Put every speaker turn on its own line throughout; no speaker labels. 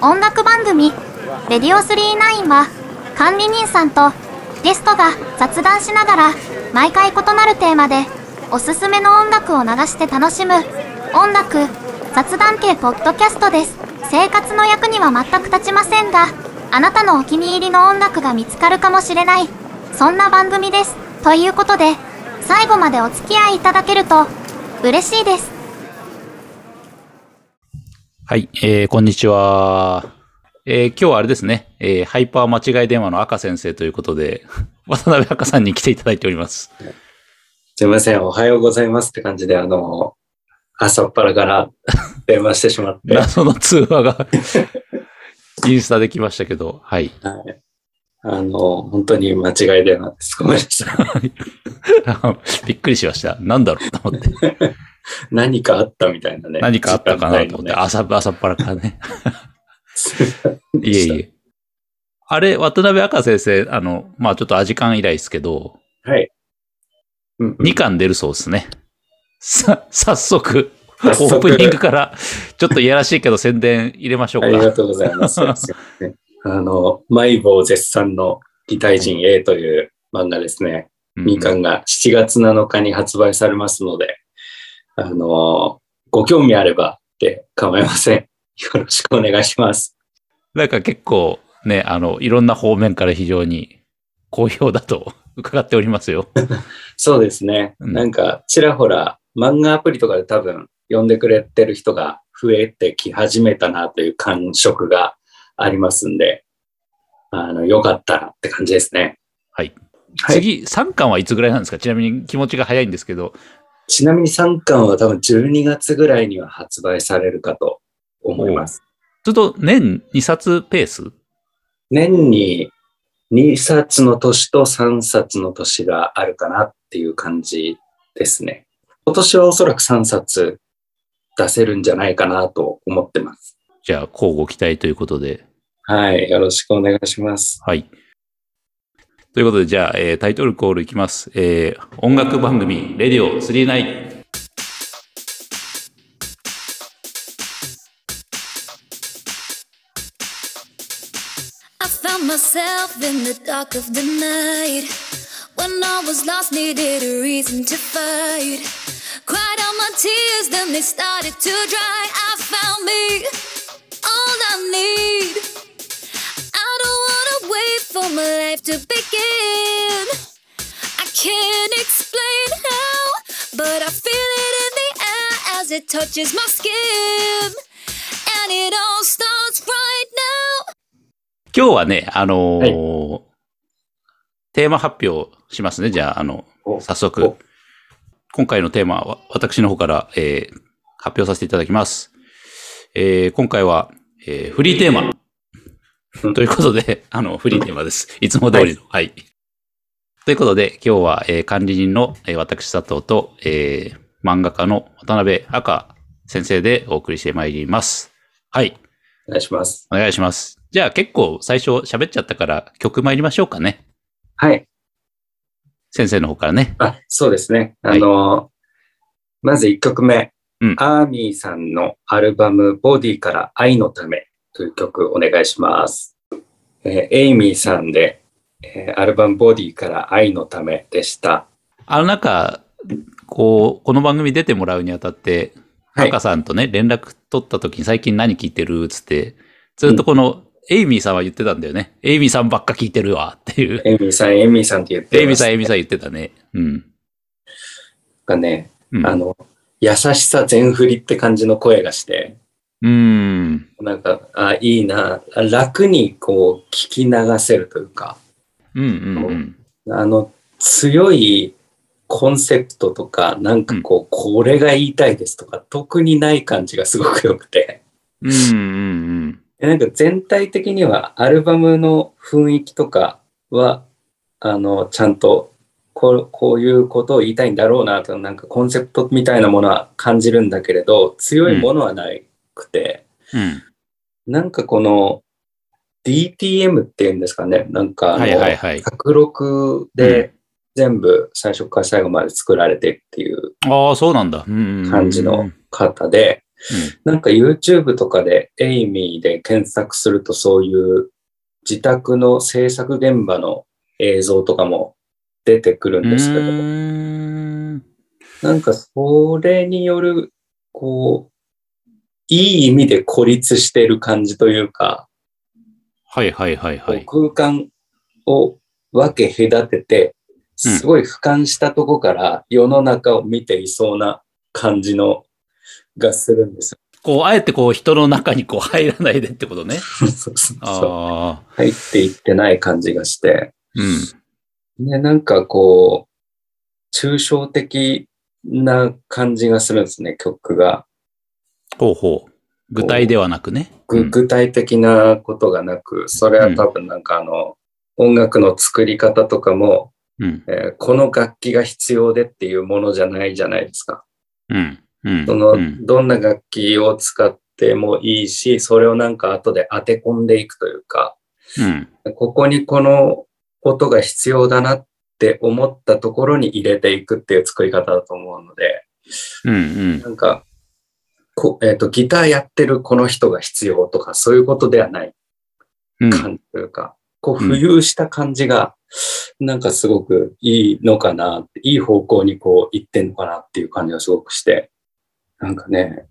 音楽番組「レディオ39は管理人さんとゲストが雑談しながら毎回異なるテーマでおすすめの音楽を流して楽しむ音楽雑談系ポッドキャストです生活の役には全く立ちませんがあなたのお気に入りの音楽が見つかるかもしれないそんな番組ですということで最後までお付き合いいただけると嬉しいです
はい、えー、こんにちは。えー、今日はあれですね、えー、ハイパー間違い電話の赤先生ということで、 渡辺赤さんに来ていただいております。
すいません、おはようございますって感じで、あの、朝っぱらから 電話してしまって、
謎の通話が インスタで来ましたけど、はい。
はい、あの、本当に間違い電話です。ごめんな さい。
びっくりしました。なんだろうと思って。
何かあったみたいなね。
何かあったかなと思って、
時
朝、朝っぱらから ね。
間帯のね
いえいえ。あれ、渡辺赤先生、あの、まあちょっとアジカン以来ですけど、
はい。うんうん
2巻出るそうですね。さ、早速、オ
早速
ープニングから、ちょっといやらしいけど宣伝入れましょう
あ
か。
りがとうございます。すいません あの、マイボー絶賛の擬態人 A という漫画ですね。
うん
みかんが7月7日に発売されますので、あの、ご興味あればで構いません。 よろしくお願いします。
なんか結構ね、あの、いろんな方面から非常に好評だと伺っておりますよ。
そうですね。
うん
なんか、ちらほら、漫画アプリとかで多分、読んでくれてる人が増えてき始めたなという感触がありますんで、あの、よかったらって感じですね。
はい。
はい
次、3巻はいつぐらいなんですかちなみに気持ちが早いんですけど、
ちなみに3巻は多分12月ぐらいには発売されるかと思います。
ずっと年2冊ペース
年に2冊の年と3冊の年があるかなっていう感じですね。今年はおそらく3冊出せるんじゃないかなと思ってます。
じゃあ、交互期待ということで。
はい。よろしくお願いします。
はい。ということで、じゃあ、えータイトルコールいきます。えー音楽番組、レディオ39。
I found myself in the dark of the night. When I was lost, needed a reason to fight. Cried out my tears, then they started to dry. I found me all I need. I don't wanna wait for my life to begin. I can't explain how, but I feel it in the air as it touches my skin. And it all starts right now.
今日はね、あのーテーマ発表しますね。じゃあ、あの、
お
早
お
速。今回のテーマは、私の方から、えー発表させていただきます。えー今回は、えーフリーテーマ。
うん
ということで、あの、フリーテーマです。いつも通りの。はい。ということで、今日は、えー管理人の、えー私佐藤と、えー漫画家の渡辺赤先生でお送りしてまいります。はい。
お願いします。
お願いします。じゃあ結構最初喋っちゃったから曲参りましょうかね。
はい。
先生の方からね。
あ、そうですね。あ
はい
の、まず1曲目、
うん
アーミーさんのアルバム、ボディから愛のためという曲お願いします。えーエイミーさんで、えーアルバム、ボディから愛のためでした。
あの中、こう、この番組出てもらうにあたって、
はい
赤さんとね、連絡取った時に最近何聞いてるつって、ずっとこの、エイミーさんは言ってたんだよね。エイミーさんばっか聞いてるわっていう。
エイミーさん、エイミーさんって言って
エイミーさん、
ん
エイミーさん言ってたね。うん。
がね、
うん。
あの、優しさ全振りって感じの声がして、
うん。
なんか、あ、いいな、楽にこう、聞き流せるというか、
うんうんうん。
あの、強いコンセプトとか、なんかこう、これが言いたいですとか、特にない感じがすごく良くて。
うんうんうん。
でなんか全体的には、アルバムの雰囲気とかは、あの、ちゃんと、こうこういうことを言いたいんだろうなと、なんかコンセプトみたいなものは感じるんだけれど、強いものはなくて、
うん。
なんかこの DTM っていうんですかね、なんかあの、
はいはいはい
卓録
う
で全部最初から最後まで作られてっていう
ああ、そうなんだ。うんうんうん。
感じの方で、なんか YouTube とかでエイミーで検索するとそういう自宅の制作現場の映像とかも出てくるんですけど、
ん。
なんかそれによる、こう、いい意味で孤立してる感じというか、
はいはいはいはい。
こう空間を分け隔てて、
うん
すごい俯瞰したとこから世の中を見ていそうな感じのがするんですよ。
こう、あえてこう、人の中にこう、入らないでってことね。
そうそうそう
ああ。
入っていってない感じがして。
うん。
ね、なんかこう、抽象的な感じがするんですね、曲が。
ほうほう。具体ではなくね。
ぐ
うん
具体的なことがなく、それは多分なんかあの、音楽の作り方とかも、
うん。
えーこの楽器が必要でっていうものじゃないじゃないですか。
うん。うん。
その、
うん
どんな楽器を使ってもいいし、それをなんか後で当て込んでいくというか、
うん。
ここにこの音が必要だなって思ったところに入れていくっていう作り方だと思うので、
うん。うん。
なんか、こえっ、と、ギターやってるこの人が必要とか、そういうことではない
うん。
感じというか、こう、浮遊した感じが、なんかすごくいいのかなって、いい方向にこう、行ってんのかなっていう感じがすごくして、なんかね、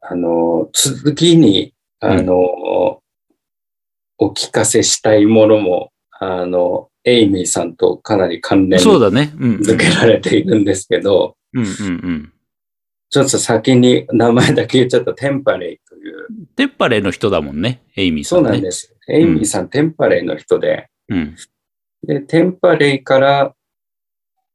あの、続きに、あの、お聞かせしたいものも、あの、エイミーさんとかなり関連
そうだね。うん。うん
づけられているんですけど、
うん。うん。
ちょっと先に名前だけ言っちゃったテンパレイという。
テッパレーの人だもんね。エイミーさ
そ
ん
う
ね。
なん
す。
です。エイミーさん、テンパレイの人で、
うん。
で、テンパレイから、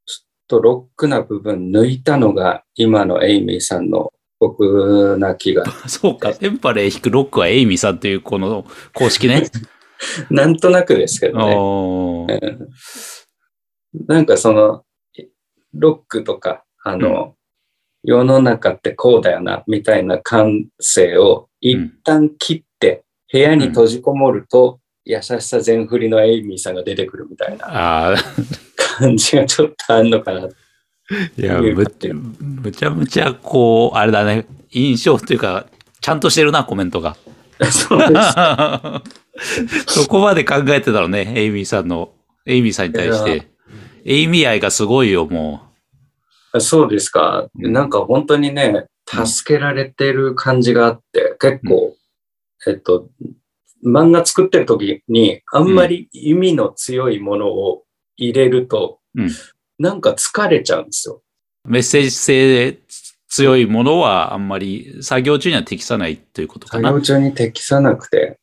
ちょっとロックな部分抜いたのが、今のエイミーさんの僕な気が。
そうか。テンパレー弾くロックはエイミーさんという、この公式 ね。
なんとなくですけど
あ
ね。
ー
なんかその、ロックとか、あの、世の中ってこうだよな、みたいな感性を一旦切って、部屋に閉じこもると、優しさ全振りのエイミーさんが出てくるみたいな。
あー。
感じがちょっとあんのか な。
い や、
いう
む
かっていう
むちゃむちゃ、こう、あれだね。印象というか、ちゃんとしてるな、コメントが。
そうで す。
そこまで考えてたのね、エイミーさんの、エイミーさんに対し
いや
て。エイミー愛がすごいよ、も
そうですか。
うん
なんか本当にね、助けられてる感じがあって、結構、えっと、漫画作ってる時に、あんまり意味の強いものを入れると、
う。うん。
なんか疲れちゃうんですよ。
メッセージ性強いものは、あんまり作業中には適さないということか
作
な。う
業
ん。
中に適さなくて、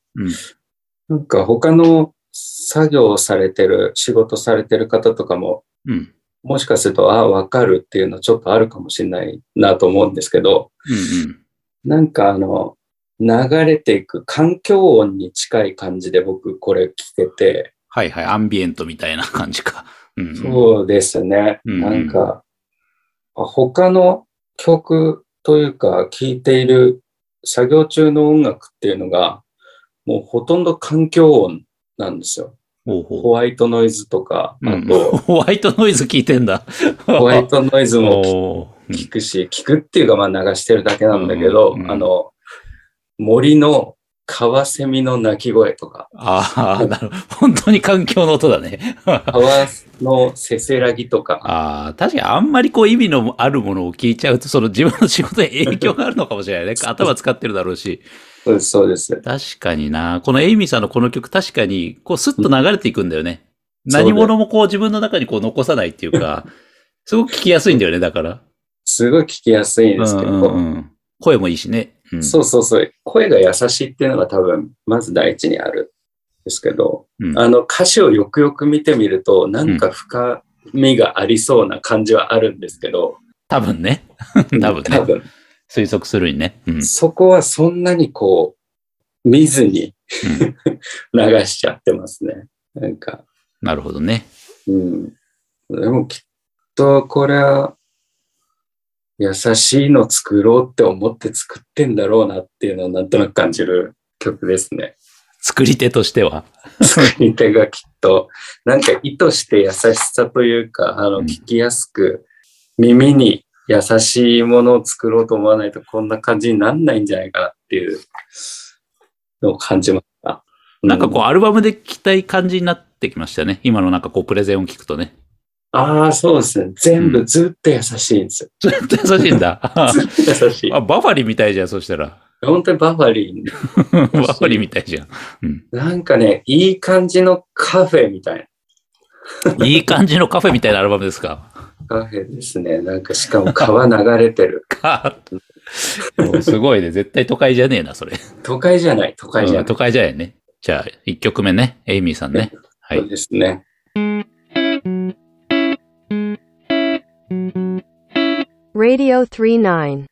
なんか他の作業をされてる、仕事されてる方とかも、
うん。うん
もしかすると、ああ、わかるっていうのちょっとあるかもしれないなと思うんですけど、
うん。
なんかあの、流れていく環境音に近い感じで僕これ聞けて、
はいはい。アンビエントみたいな感じか。うん。
そうですね。
うん
なんか、他の曲というか聴いている作業中の音楽っていうのが、もうほとんど環境音なんですよ。
ほうほう
ホワイトノイズとか、
う
あ
ん
と、
ホワイトノイズ聞いてんだ。
ホワイトノイズも聞
おー
聞くし、聞くっていうかまあ流してるだけなんだけど
うんう、ん
あの、森のカワセミの鳴き声とか、
ああ、なるほど。本当に環境の音だね。
川のせせらぎとか、
ああ、確かにあんまりこう意味のあるものを聞いちゃうと、その自分の仕事に影響があるのかもしれないね。頭使ってるだろうし。
そうです、そうです。
確かにな。このエイミーさんのこの曲確かに、こうスッと流れていくんだよね。
んそうだ
何者もこう自分の中にこう残さないっていうか、すごく聞きやすいんだよね、だから。
すごい聞きやすいですけど、
うんうんうん声もいいしね。うん、
そうそうそう、声が優しいっていうのが多分、まず第一にあるんですけど、
うん。
あの歌詞をよくよく見てみると、なんか深みがありそうな感じはあるんですけど、
多分ね。多分ね
多分
推測するにね。うん。
そこはそんなにこう、見ずに 流しちゃってますね。なんか、
なるほどね。
うん。でもきっとこれは優しいの作ろうって思って作ってんだろうなっていうのをなんとなく感じる曲で すね。
作り手としては。
作り手がきっとなんか意図して優しさというか、あの、
うん
聞きやすく耳に優しいものを作ろうと思わないとこんな感じになんないんじゃないかなっていうのを感じました。
なんかこう、
う、
アルバムで聴きたい感じになってきましたね。今のなんかこう、プレゼンを聞くとね。
ああ、そうですね。全
う
部
ん
ずっと優しいん ですよ。
ずっと優しいん だ。あ、
ずっと優しい。
バファリンみたいじゃん、そした ら。
本当にバファリン。
バファリンみたいじゃ
なんかね、いい感じのカフェみたい
ん。いい感じのカフェみたいなアルバムですか。
な。カフェですね。なんかしかも川流れてる。
か。で もすごいね。絶対都会じゃねえな、それ。
都会じゃない、都会じ
うん
ゃない。
都会じゃねえね。じゃあ、1曲目ね。エイミーさんね。は
そう
い。
ですね。
Radio 39.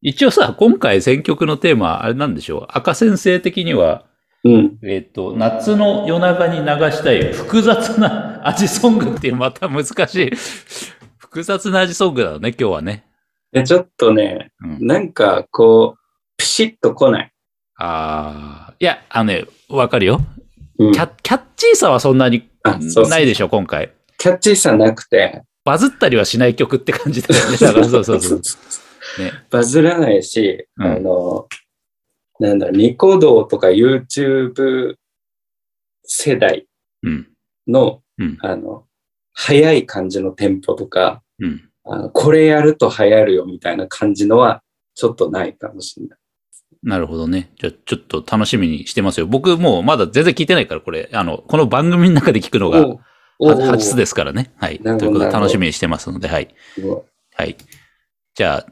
一応さ、今回選曲のテーマ、あれなんでしょう。赤先生的には、
うん。
えっと、夏の夜長に流したい複雑な味ソングっていうまた難しい。複雑な味ソングだよね、今日はね。
でちょっとね、
うん、
なんかこう、ピシッと来ない。
ああ、いや、あのね、わかるよ。
うん
キャキャッチーさはそんなに
あそうそう
ないでしょ、今回。
キャッチーさなくて、
バズったりはしない曲って感じだよね。だからそうそうそう。ね
バズらないし、
うん
あの、なんだろう、ニコ動とか YouTube 世代
うん。
の、
うん。
あの、早い感じのテンポとか、
うん。
あのこれやると流行るよみたいな感じのは、ちょっとないかもしれない。
なるほどね。じゃあ、ちょっと楽しみにしてますよ。僕もうまだ全然聞いてないから、これ、あの、この番組の中で聞くのがは
おうおう
初ですからね。はい。とい
な
う
るほど
ことで
なるほど
楽しみにしてますので、はい。
おう
はい。じゃあ、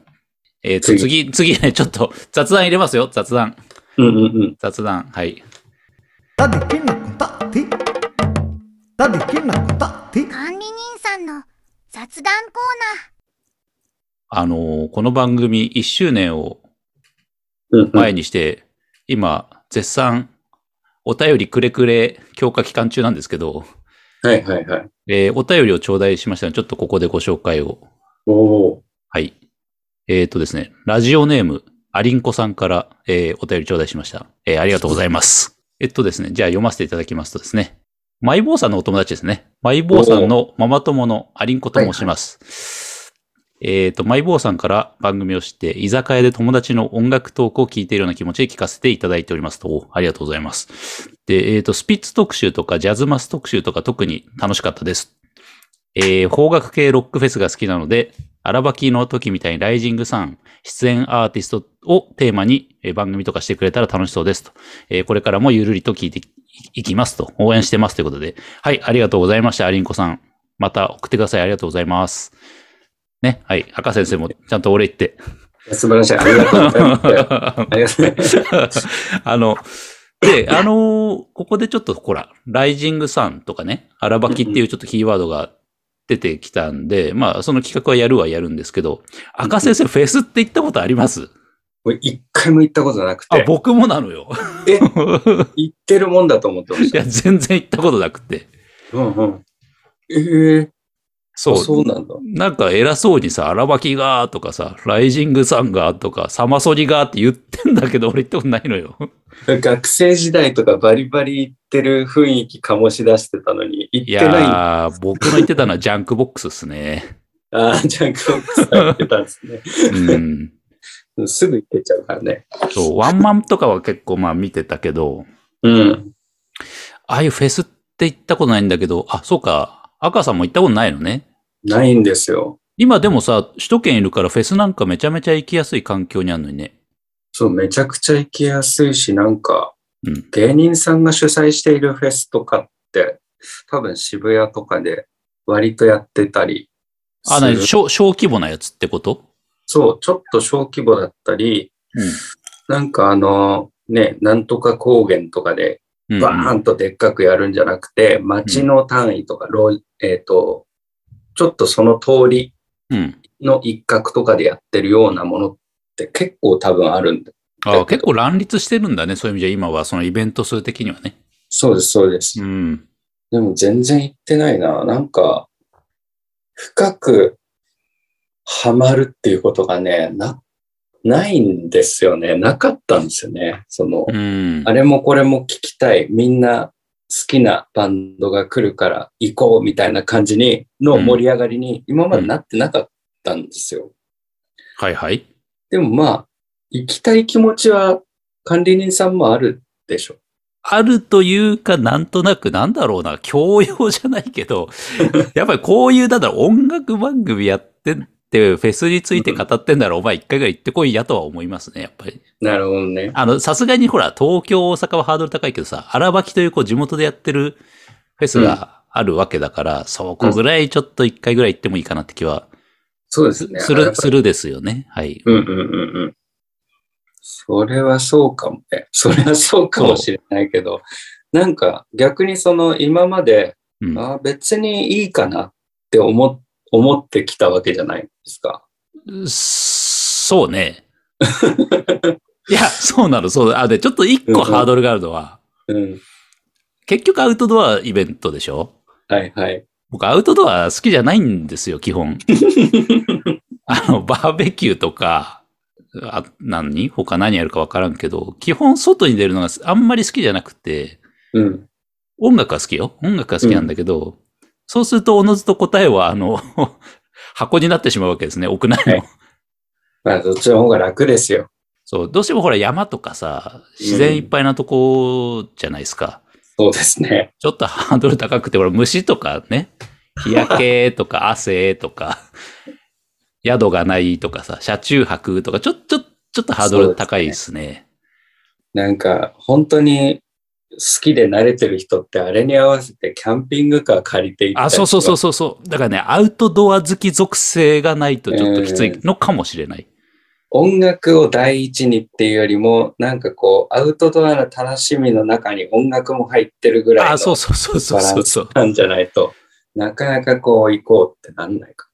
えっ、と、次、次ね、ちょっと雑談入れますよ。雑談。
うんうんうん。
雑談。はい。
たできなこたってたできなこたって
管理人さんの雑談コーナー。
あのーこの番組1周年を
うんうん
前にして、今、絶賛、お便りくれくれ強化期間中なんですけど、
はいはいはい。
えーお便りを頂戴しましたので、ちょっとここでご紹介を。
おお
はい。えっ、とですね、ラジオネーム、アリンコさんから、えーお便り頂戴しました。えーありがとうございます。えっとですね、じゃあ読ませていただきますとですね、マイボーさんのお友達ですね。マイボーさんのママ友のアリンコと申します。えっと、マイボーさんから番組を知って、居酒屋で友達の音楽トークを聞いているような気持ちで聞かせていただいておりますと、おありがとうございます。で、えっ、と、スピッツ特集とかジャズマス特集とか特に楽しかったです。えー邦楽系ロックフェスが好きなので、荒ばきの時みたいにライジングさん、出演アーティストをテーマにえー番組とかしてくれたら楽しそうですと。えーこれからもゆるりと聞いていいきますと。応援してますということで。はい、ありがとうございました、アリンコさん。また送ってください。ありがとうございます。ね、はい、赤先生もちゃんとお礼言って。
ー。素晴らしい。ありがとうございます。 ありがとうございます。
あの、で、あのーここでちょっとほら、ライジングさんとかね、荒ばきっていうちょっとキーワードが出てきたんで、まあ、その企画はやるはやるんですけど、赤先生、フェスって行ったことあります
もう一回も行ったことなく
あ
て、、
僕もなのよ。
え行ってるもんだと思ってまし
い
た
や、。全然行ったことなくて。
うんうん。ええ
そ。
あそううなんだ。
なんか偉そうにさ、荒ばきがーとかさ、ライジングさんがーとか、サマソニがーって言ってんだけど、俺行ったことないのよ。
学生時代とかバリバリ行ってる雰囲気醸し出してたのに、行っ
い
てないんだ。
やー、僕の言ってたのはジャンクボックスっすね。
ああ、ジャンクボックスやってたんですね。
うん。
すぐ行ってちゃうからね。
そう、ワンマンとかは結構まあ見てたけど、
うん。
ああいうフェスって行ったことないんだけど、あ、そうか、赤さんも行ったことないのね。
ないんですよ。
今でもさ、首都圏いるからフェスなんかめちゃめちゃ行きやすい環境にあるのにね。
そう、めちゃくちゃ行きやすいし、なんか、
うん。
芸人さんが主催しているフェスとかって、多分渋谷とかで割とやってたりする。
あ、なに、小小規模なやつってこと
そう、ちょっと小規模だったり、
うん
なんかあの、ね、なんとか高原とかで
うん、
バーンとでっかくやるんじゃなくて、町の単位とか、ローえっ、と、ちょっとその通り
うん。
の一角とかでやってるようなものって結構多分あるんで。
ああ結構乱立してるんだね。そういう意味じゃ今はそのイベント数的にはね。
そうです、そうです。
うん。
でも全然行ってないな。なんか、深くハマるっていうことがね、な、ないんですよね。なかったんですよね。その、
うん。
あれもこれも聞きたい。みんな好きなバンドが来るから行こうみたいな感じに、の盛り上がりに今までなってなかったんですよ。
はいはい。
でもまあ、行きたい気持ちは管理人さんもあるでしょ。
あるというか、なんとなく、なんだろうな、教養じゃないけ ど、やっぱりこういう、なんだろう、音楽番組やってって、フェスについて語ってんだら、お前一回ぐらい行ってこいやとは思いますね、やっぱり。
なるほどね。
あの、さすがにほら、東京、大阪はハードル高いけどさ、荒ばきというこう、地元でやってるフェスがあるわけだから、そこぐらいちょっと一回ぐらい行ってもいいかなって気は、
そうです
す
ね。あや
る、
っぱ
するですよね。はい。
うんうんうんうん。それはそうかもね。それはそうかもしれないけど、なんか逆にその今まで、
うん。
あー別にいいかなって思思ってきたわけじゃないですか。
そう ね。いや、そうなの、そうあ、で、ちょっと一個ハードルがあるのは、
うん。
結局アウトドアイベントでしょ
はいはい。
僕アウトドア好きじゃないんですよ、基本。あの、バーベキューとか、あ何他何やるかわからんけど、基本外に出るのがあんまり好きじゃなくて、
うん。
音楽は好きよ。音楽は好きなんだけど、そうするとおのずと答えは、あの、 箱になってしまうわけですね、屋内
は
の
い。まあどっちの方が楽ですよ。
そう、どうしてもほら山とかさ、自然いっぱいなとこじゃないですか。
そうですね。
ちょっと ハードル高くて、ほら虫とかね、日焼けとか汗とか、宿がないとかさ、車中泊とか、ちょ、ちょ、ちょっとハードル高いですね。
なんか本当に好きで慣れてる人ってあれに合わせてキャンピングカー借りていったり
あ、そうそうそううそうそう。だからね、アウトドア好き属性がないとちょっときついのかもしれない。
音楽を第一にっていうよりも、なんかこう、アウトドアの楽しみの中に音楽も入ってるぐらい
あ、そう
の
そうそうそ
バ
う
ラ
そう
ン
そ
ス
う。
感じゃないと、なかなかこう行こうってなんないか。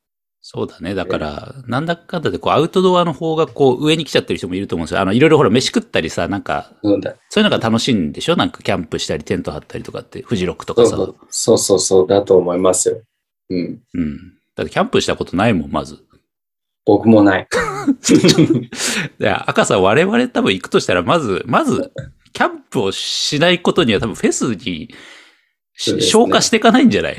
そうだね。だから、なんだかんだで、こう、アウトドアの方が、こう、上に来ちゃってる人もいると思うんですよ。あの、いろいろほら、飯食ったりさ、なんか、
そうだ
そういうのが楽しいんでしょなんかキャンプしたりテント張ったりとかって、フジロックと
そ
か
う
さ。
そううそうそうそうだと思いますよ。うん。
ん。だってキャンプしたことないもん、まず。
僕もない。
いや、赤さん我々多分行くとしたら、まず、まず、キャンプをしないことには多分フェスにし、
そうですね
消化していかないんじゃない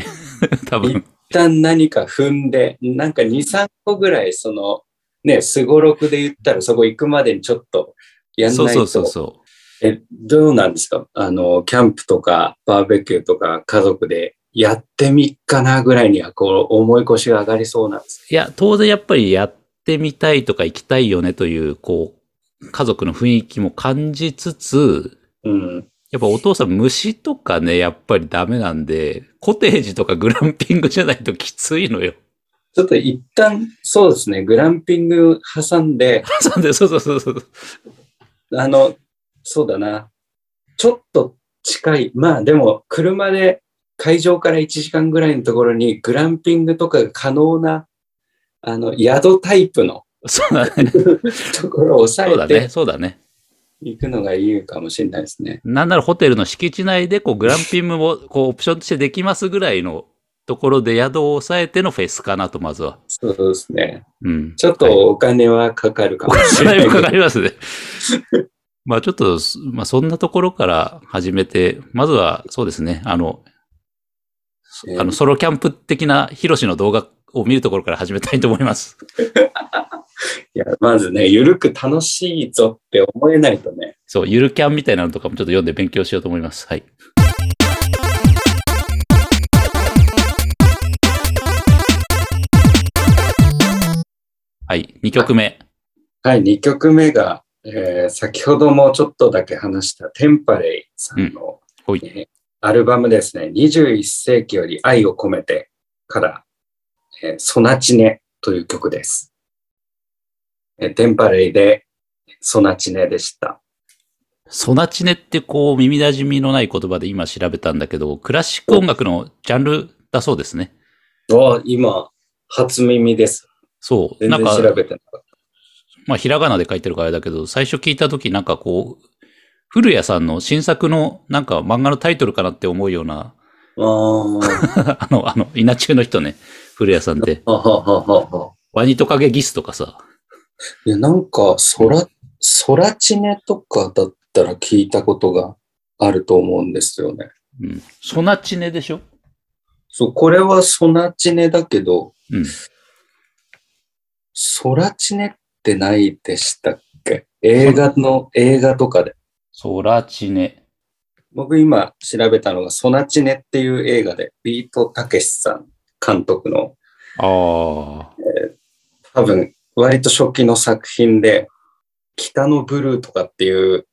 多分。
一旦何か踏んで、なんか2、3個ぐらい、その、ね、すごろくで言ったらそこ行くまでにちょっとやん
そう
ない
そうそう
と。
そ
え、どうなんですかあの、キャンプとかバーベキューとか家族でやってみっかなぐらいには、こう、思い越しが上がりそうなんです。
う。いや、当然やっぱりやってみたいとか行きたいよねという、こう、家族の雰囲気も感じつつ、
うん。
やっぱお父さん虫とかね、やっぱりダメなんで、コテージとかグランピングじゃないときついのよ。
ちょっと一旦、そうですね、グランピング挟んで、
そうでそうそうそうそう。
あの、そうだな、ちょっと近い、まあでも、車で会場から1時間ぐらいのところに、グランピングとかが可能な、あの、宿タイプの
そうだね。
ところを抑
そうだ
え
ね。
て
そうだね。
いくのがいいかもしれないですね。
なんならホテルの敷地内で、こう、グランピングも、こう、オプションとしてできますぐらいのところで宿を抑えてのフェスかなと、まずは。
そうですね。
うん。
ちょっとお金はかかるかもしれな
だ
い
い
け
ぶ
ど。
かか りますね。 まあちょっと、まあそんなところから始めて、まずはそうですね、あの、そ
えー
あのソロキャンプ的なヒロシの動画を見るところから始めたいと思います。
いや、まずね、ゆるく楽しいぞって思えないとね。
そう、ゆるキャンみたいなのとかもちょっと読んで勉強しようと思います。はい。はい、2曲目。
はい、2曲目が、えー先ほどもちょっとだけ話したテンパレイさんの、
うんはい
えーアルバムですね、21世紀より愛を込めてから、えーソナチネという曲です。えーテンパレイでソナチネでした。
ソナチネってこう耳馴染みのない言葉で今調べたんだけど、クラシック音楽のジャンルだそうですね。
お今、初耳です。
そう。
全
なん
然
か、
調べてなかっ
まあ、ひらがなで書いてるからあれだけど、最初聞いたときなんかこう、古谷さんの新作のなんか漫画のタイトルかなって思うような、
た。あー
あの、あの、稲中の人ね、古谷さんって、
あはははは。
ワニトカゲギスとかさ、
いや、なんか、そら、そらちねとかだったら聞いたことがあると思うんですよね。
うん、ソナチネでしょ
そう、これはそらちねだけど、
うん。
そらちねってないでしたっけ映画の、映画とかで。
ソラチネ。
僕今調べたのが、ソナチネっていう映画で、ビートたけしさん監督の、
ああ。
多分、割と初期の作品で、北のブルーとかっていう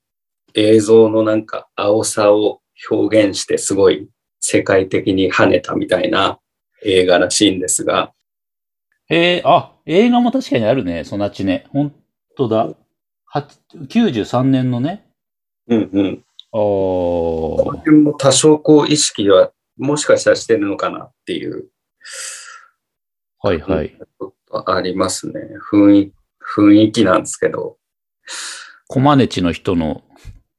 映像のなんか青さを表現してすごい世界的に跳ねたみたいな映画らしいんですが、
えー、あ、映画も確かにあるね、ソナチネ。ほんとだ。は93年のね。
うんう
あ
ん。
あ
この。辺も多少こう意識はもしかしたらしてるのかなっていう、
はいはい。
ちょっとありますね。雰囲雰囲気なんですけど。
コマネチの人の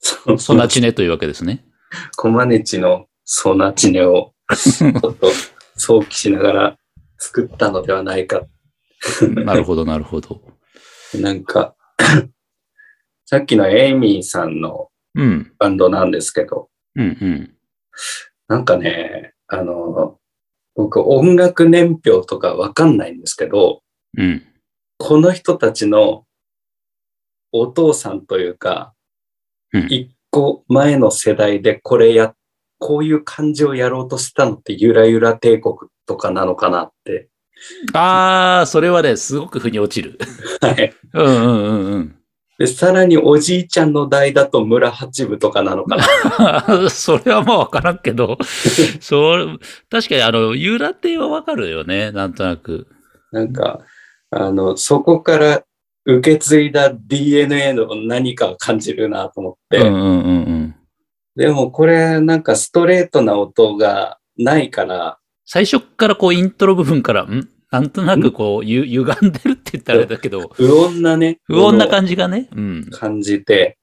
そ
ソナチネというわけですね。
コマネチのソナチネをちょっと想起しながら作ったのではないか。
なるほど、なるほど。
なんか、 さっきのエイミーさんの
うん。
バンドなんですけど、
うんうん。
なんかね、あの、僕音楽年表とかわかんないんですけど、
うん。
この人たちのお父さんというか、
うん
一個前の世代でこれや、こういう感じをやろうとしたのってゆらゆら帝国とかなのかなって。
ああ、それはね、すごく腑に落ち る。
はい。
うんうんうんうん。
で、さらにおじいちゃんの代だと村八部とかなのか な。
それはまあわからんけど、 そう、確かにあの、ユーラ亭はわかるよね、なんとなく。
なんか、あの、そこから受け継いだ DNA の何かを感じるなと思って。
うんうんうんうん。
でもこれなんかストレートな音がないから、
最初っからこう、イントロ部分から、んなんとなくこう、ゆ、歪んでるって言ったらあれだけど、
不穏なね。
不穏な感じがね。うん。
感じて、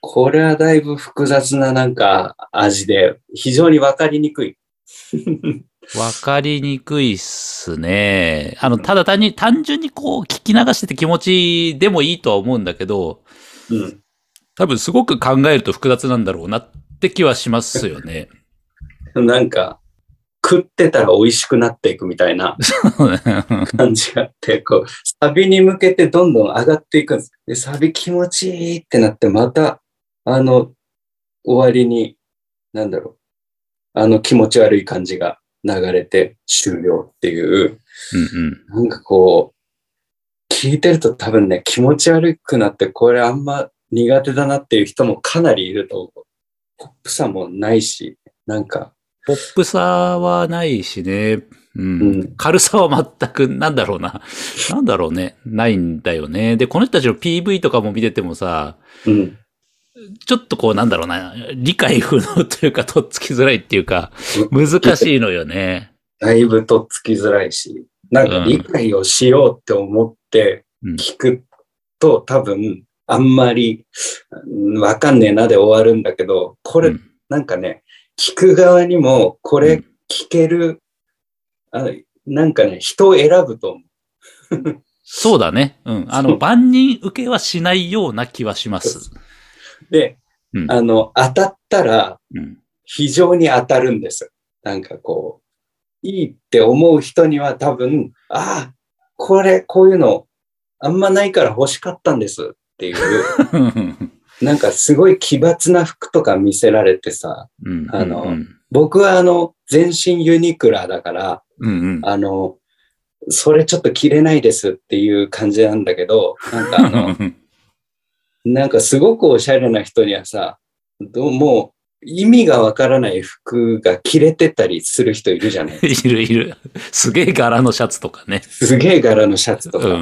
これはだいぶ複雑ななんか味で、非常にわかりにくい。
わかりにくいっすね。あの、ただ単に、単純にこう、聞き流してて気持ちでもいいとは思うんだけど、
うん。
多分すごく考えると複雑なんだろうなって気はしますよ ね。
なんか、食ってたら美味しくなっていくみたいな感じがあって、こう、サビに向けてどんどん上がっていくんです。で、サビ気持ちいいってなって、また、あの、終わりに、なんだろう、あの気持ち悪い感じが流れて終了っていう、
うんうん。
なんかこう、聞いてると多分ね、気持ち悪くなって、これあんま苦手だなっていう人もかなりいると思う。ポップさもないし、なんか、
ポップさはないしね。うん。
うん
軽さは全く、なんだろうな。 なんだろうね。ないんだよね。で、この人たちの PV とかも見ててもさ、
うん。
ちょっとこう、なんだろうな。理解不能というか、とっつきづらいっていうか、難しいのよね。
だいぶとっつきづらいし、なんか
うん
理解をしようって思って
うん
聞くと、多分、あんまり、うんわかんねえなで終わるんだけど、こ
う
れ
ん、
なんかね、聞く側にも、こ
う
れ
ん
聞ける、あのなんかね、人を選ぶと思う。
そうだね。うん。あ
そ
の、
う
万人受けはしないような気はします。
で、
うん
あの、当たったら
うん。
非常に当たるんです。なんかこう、いいって思う人には多分、ああ、これ、こういうの、あんまないから欲しかったんですっていう、 なんかすごい奇抜な服とか見せられてさ、
うん
あの
うん
僕はあの、全身ユニクラだから、
うんうん。
あの、それちょっと着れないですっていう感じなんだけど、なん かあの、なんかすごくおしゃれな人にはさ、どうもう意味がわからない服が着れてたりする人いるじゃない
いるいる。すげえ柄のシャツとかね。
すげえ柄のシャツと
う
か。
んう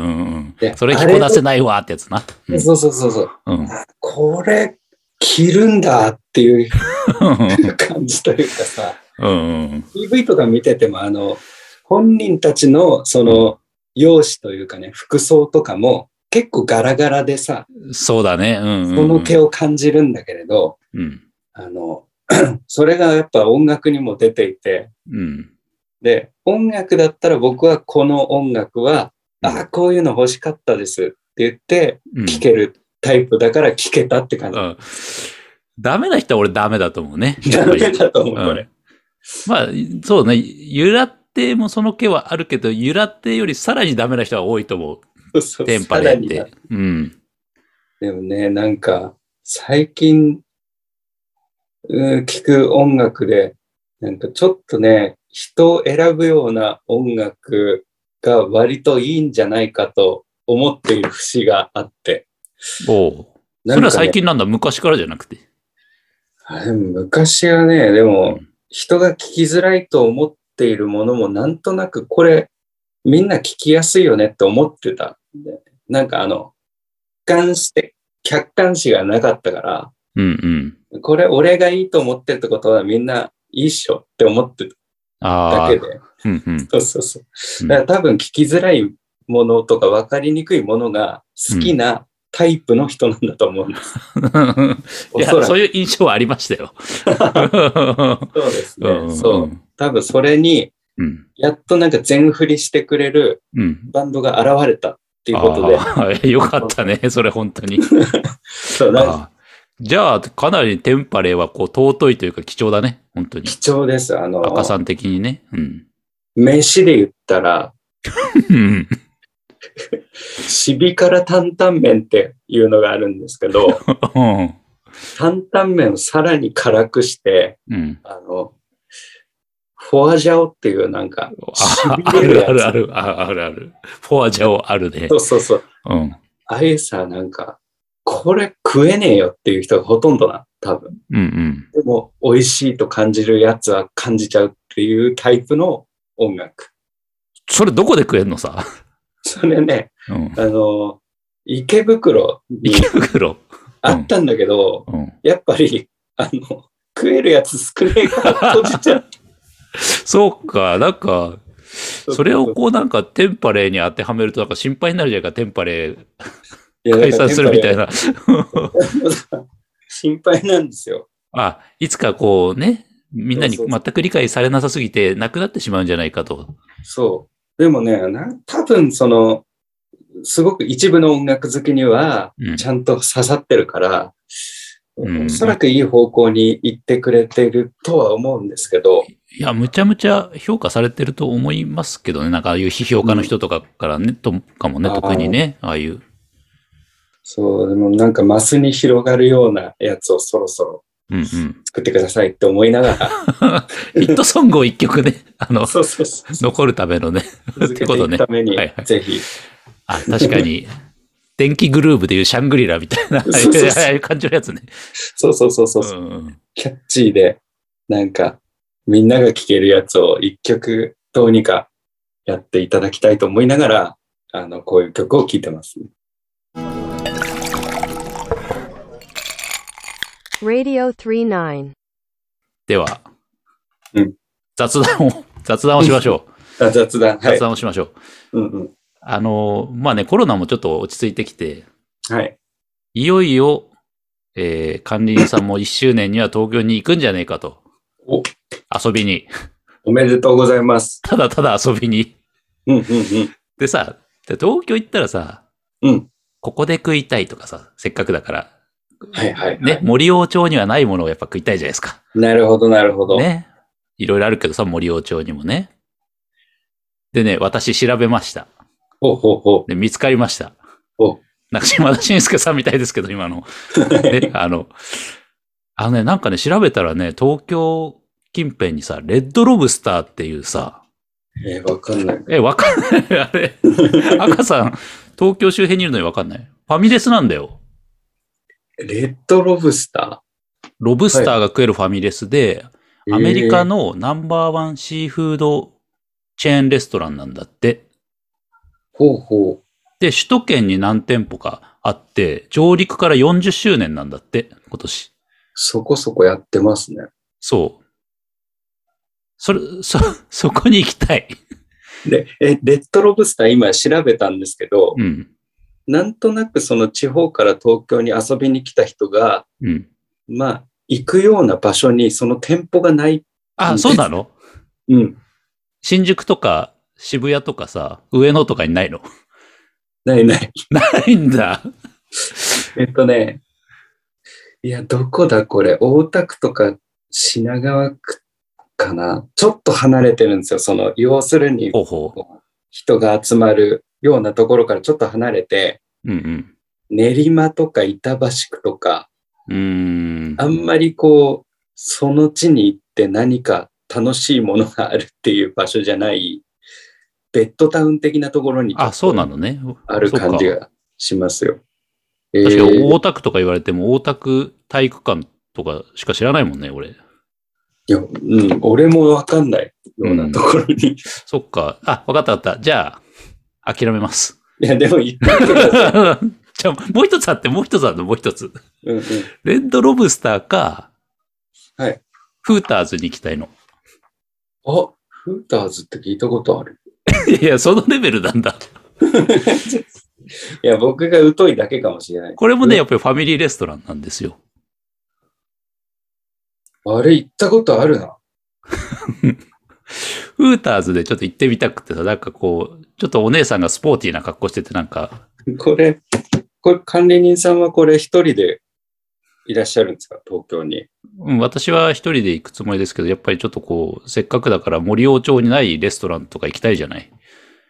んう
で
ん。それ着こなせないわってやつな。うん
そうそうそうそう。
うん。
これ着るんだっていう
うん
感じというかさ、
うん。
PV とか見ててもあの、本人たちのその容姿というかね、服装とかも結構ガラガラでさ、
そうだね。うんうん。
その毛を感じるんだけれど、
うん。
あの、 それがやっぱ音楽にも出ていて、
うん。
で、音楽だったら僕はこの音楽は、
うん
ああ、こういうの欲しかったですって言って、
うん
聴けるタイプだから聴けたって感じ
う。んダメな人は俺ダメだと思うね。や
ダ
っぱり
メだと思う、こ
う
れ
ん。まあ、そうね。ゆらってもその毛はあるけど、ゆらってよりさらにダメな人は多いと思う。
そうそう
テンパでやっ
さらに
て
な。
うん。
でもね、なんか、最近、うん、聞く音楽で、なんかちょっとね、人を選ぶような音楽が割といいんじゃないかと思っている節があって。
おう
な
それ
んかね
は最近なんだ。昔からじゃなくて。
あでも昔はね、でも
うん、
人が聞きづらいと思っているものも、なんとなくこれ、みんな聞きやすいよねって思ってたんで。なんかあの、俯瞰して、客観視がなかったから、
うんうん。
これ俺がいいと思ってるってことはみんないいっしょって思ってた
あ
だ
あ
け。で。
うんうん。
そうそうそうう。
ん
だから多分聞きづらいものとか分かりにくいものが好きなタイプの人なんだと思うんです。
い
おそ
や、
らく
そういう印象はありました よ。
そうですね。
うん
そう。。多分それに、
うん。
やっとなんか全振りしてくれる
うん。
バンドが現れたっていうことで。
あー よかったね、それ本当に。
そう、なんか
あーじゃあ、かなりテンパレーはこう尊いというか貴重だね、本当に。
貴重です。あの、
赤さん的にね。うん。
飯で言ったら、
うん
シビ辛担々麺っていうのがあるんですけ ど、
うん。
担々麺をさらに辛くして、
うん。
あの、フォアジャオっていうなんか、
あ
痺
あ
れるや
る
つ
あるある、ああるある。フォアジャオあるね
そ。うそうそう。
うん。
ああいうさ、なんか、これ食えねえよっていう人がほとんどな、多分。
うんうん。
でも、美味しいと感じるやつは感じちゃうっていうタイプの音楽。
それどこで食えんのさ。
それね、
うん。
あの、池袋に
池袋。
あったんだけど、
うん。
やっぱり、あの、食えるやつ少ねえから閉 じちゃう。
そうか、なんか、それをこうなんかテンパレーに当てはめるとなんか心配になるじゃないか、テンパレー
いやだ
解
から
散するみたいな。
心配なんですよ。
あ、いつかこうね、みんなに
そう
全
そう
く理解されなさすぎて、なくなってしまうんじゃないかと。
そう。でもね、な多分その、すごく一部の音楽好きには、
うん
ちゃんと刺さってるから、
うん
おそらくいい方向に行ってくれてるとは思うんですけど、
いや、むちゃむちゃ評価されてると思いますけどね。なんかああいう批評家の人とかからね、とかもね、
あー
特にね、ああいう。
そう、でもなんかマスに広がるようなやつをそろそろ
うんうん。
作ってくださいって思いなが ら、
ヒットソングを一曲ね、 あの、
そうそうそう。
残るためのね。
続け
ってこ
て
と
い
ね
くために
はいは、い
ぜひ。
あ、確かに。電気グルーブでいうシャングリラみたいな、ああい
そうそう
う
そう
ああいう感じのやつね。
そうそうそうそう。
うんうん
キャッチーで、なんか、みんなが聴けるやつを一曲どうにかやっていただきたいと思いながら、あの、こういう曲を聴いてます。
Radio 39.
では、
うん
雑談を、雑談をしましょう。
あ雑談。はい
雑。談をしましょう。
うんうん。
あの、まあね、コロナもちょっと落ち着いてきて、
はい。
いよいよ、えー、管理人さんも1周年には東京に行くんじゃねえかと。
お
遊びに。
おめでとうございます。
ただただ遊びに。
うんうんうん。
でさ、で東京行ったらさ、
うん
ここで食いたいとかさ、せっかくだから、
はいはい、はい。
ね、森王町にはないものをやっぱ食いたいじゃないですか。
なるほどなるほど。
ね。いろいろあるけどさ、森王町にもね。でね、私調べました。
ほうほうほ
で、見つかりました。
お
なんか島田紳介さんみたいですけど、今の。ね、あの、あのね、なんかね、調べたらね、東京近辺にさ、レッドロブスターっていうさ、
う。えーわかんない。
え、わかんない、あれ。赤さん、東京周辺にいるのにわかんない。ファミレスなんだよ。
レッドロブスタ
ロブスターが食えるファミレスで、
ー
アメリカ
の、
のナンバーワンシーフードチェーンレストランなんだって。
えーほうほう。
で、首都圏に何店舗かあって、上陸から40周年なんだって、今年。
そこそこやってますね。
そう。それ、そ、 そこに行きたい。
で、え、レッドロブスター今調べたんですけど、
うん。
なんとなくその地方から東京に遊びに来た人が、
うん。
まあ、行くような場所にその店舗がない。
あ、
うん
そうなの
うん。
新宿とか渋谷とかさ、上野とかにないの
ないない。
ないんだ。
えっとね、いや、どこだこれ。大田区とか品川区かな。ちょっと離れてるんですよ。その、要するに
ほうほう。
人が集まるようなところからちょっと離れて、
うん
練馬とか板橋区とか、
うん。うーん。
あんまりこう、その地に行って何か楽しいものがあるっていう場所じゃない、ベッドタウン的なところに
あ、そうなのね。
ある感じ
そうか。
がしますよ。え
確かに
ー
大田区とか言われても、大田区体育館とかしか知らないもんね、俺。
いや、うん、俺もわかんないようなところ に。い
そっか。あ、わかったわかった。じゃあ、諦めます。
や、でも行ってく
じ
ださい。
ゃあ、もう一つあって、もう一つあって、もう一つ。
うんうん、
レッドロブスターか、
はい。
フーターズに行きたいの。
あ、フーターズって聞いたことある。
いや、そのレベルなんだ。
いや、僕が疎いだけかもしれない。
これもね、やっぱりファミリーレストランなんですよ。
あれ行ったことあるな。
フーターズでちょっと行ってみたくてさ、なんかこう、ちょっとお姉さんがスポーティーな格好してて、なんか、
これ、これ管理人さんはこれ一人でいらっしゃるんですか東京に。
うん私は一人で行くつもりですけど、やっぱりちょっとこう、せっかくだから森王町にないレストランとか行きたいじゃない。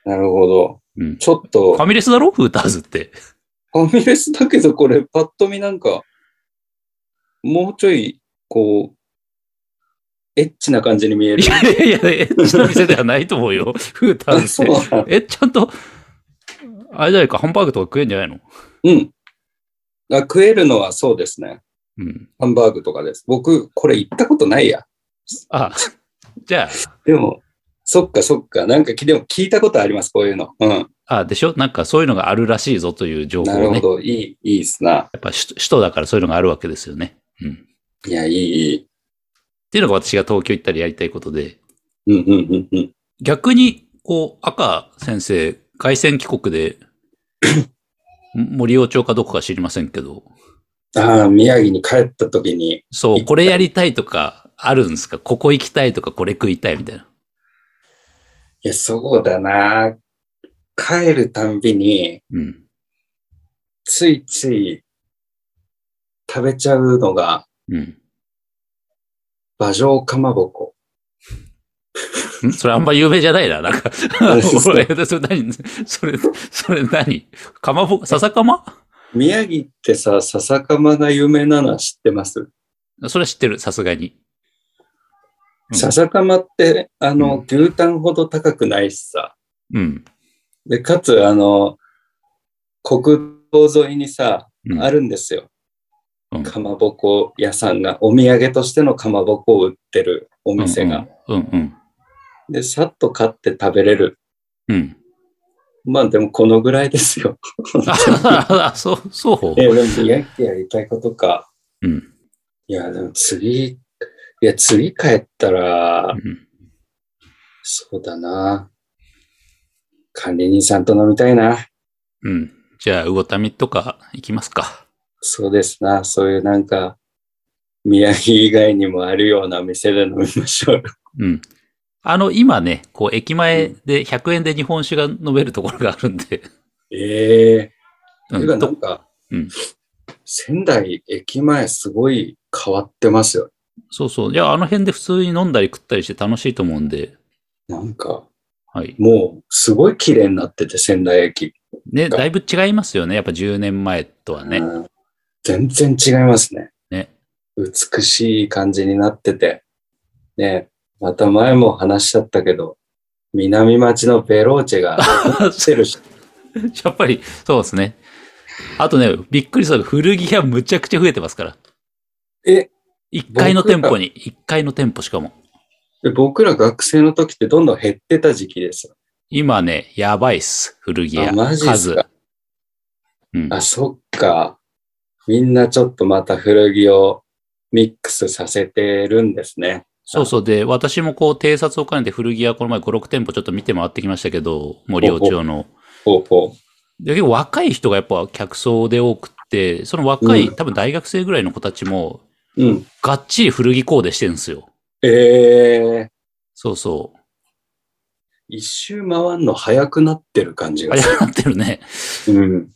なるほど。
うん。
ちょっ
フ
と、
ァミレスだろフーターズって。
ファミレスだけど、これ、パッと見なんか、もうちょい、こう、エッチな感じに見え
い
る。
やいやいや、エッチな店ではないと思うよ。フータ
あ
ーズ
そう
って。
なん
え、ちゃんと、あれじゃないか、ハンバーグとか食えんじゃないの
うん。あ食えるのはそうですね。
うん。
ハンバーグとかです。僕、これ行ったことないや。
あ、じゃ
でも、そっかそっか。なんか、きでも聞いたことあります、こういうの。うん。
あ、あ、でしょなんかそういうのがあるらしいぞという情報
な
を
る
ね。
ほ
や
ど。いい、いいっすな。
っぱ首都首都だからそういうのがあるわけですよね。うん。
いや、いい、いい。
っていうのが私が東京行ったりやりたいことで、
うん、うん、うん、うん。
逆に、こう、赤先生、凱旋帰国で、森王町かどこか知りませんけど、
ああ、宮城に帰った時に、
そ
行っ
う、
た
これやりたいとか、あるんですかここ行きたいとか、これ食いたいみたいな。
いや、そうだな。帰るたんびに、
うん。
ついつい食べちゃうのが、
うん。
馬上かまぼこ。
んそれあんま有名じゃないな、なんか。
あれ
そ れ、それ何それ、それ何かまぼこ、笹かま
宮城ってさ、笹かまが有名なのは知ってます、
それは知ってる、さすがに。うん
笹かまって、あ
う
の、
ん
牛タンほど高くないしさ。
うん。
で、かつ、あの、国道沿いにさ、
うん
あるんですよ。
うん
かまぼこ屋さんが、お土産としてのかまぼこを売ってるお店が。。
うんうん。
で、さっと買って食べれる。
うんうん。
まあでもこのぐらいです よ。
あ、あ そう、そ
え、でも宮城やりたいことか。
う。うん。
いや、でも次、いや、次帰った
う
ら、
ん
そうだな。管理人さんと飲みたいな。
うん。じゃあ、魚民とか行きますか。
そうですな。そういうなんか、宮城以外にもあるような店で飲みま しょう。
うん。あの、今ね、こう、駅前で100円で日本酒が飲めるところがあるんで。
ええ
う
てか
ん。
な
と
んか、
うん
仙台駅前すごい変わってますよ。
そうそう。いや、あの辺で普通に飲んだり食ったりして楽しいと思うんで。
なんか、
はい。
もうすごい綺麗になってて、仙台駅。
ね、だいぶ違いますよね。やっぱ10年前とは ね。
うん全然違いますね。
ね。
美しい感じになってて、ね、また前も話しちゃったけど、南町のベローチェがしてるし、
やっぱり、そうですね。あとね、びっくりする。古着屋むちゃくちゃ増えてますから。
え、
1階の店舗に、1階の店舗しかも。
で僕ら学生の時ってどんどん減ってた時期ですよ。
今ね、やばいっす。古着屋。
あマジっ
数
すか。
うん。
あ、そっか。みんなちょっとまた古着をミックスさせてるんですね。
そうそう。で、私もこう、偵察を兼ねて古着屋、この前5、6店舗ちょっと見て回ってきましたけど、森尾町の。
ほうほ
で、結構若い人がやっぱ客層で多くって、その若い、
う
多分大学生ぐらいの子たちも、
う。うん。
がっちり古着コーデしてるんですよ。
えー、
そうそう。
一周回んの早くなってる感じ
あ
が
れ
す
なってるね。
る。うん。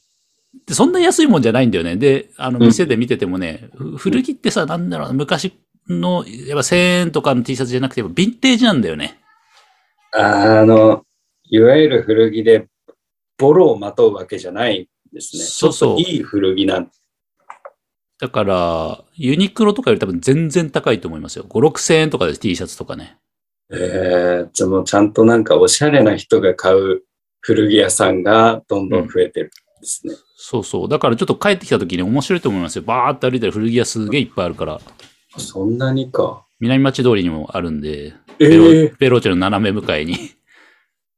で、そんな安いもんじゃないんだよね。で、あの、
うん
店で見ててもね、ふ古着ってさ、なんだろうな、昔の、やっぱ1000円とかの T シャツじゃなくて、やっぱヴィンテージなんだよね。
あの、いわゆる古着でボロをまとうわけじゃないですね。
そうそう
ちょっといい古着なん
だから、ユニクロとかより多分全然高いと思いますよ。5、6千円とかです T シャツとかね。
えー、じゃあもうちゃんとなんかおしゃれな人が買う古着屋さんがどんどん増えてるんですね。
そうそう。だからちょっと帰ってきた時に面白いと思いますよ。バーって歩いたら古着屋すげえいっぱいあるから。
そんなにか。
南町通りにもあるんで、
え
ベロ
ー、
ベローチェの斜め向かいに。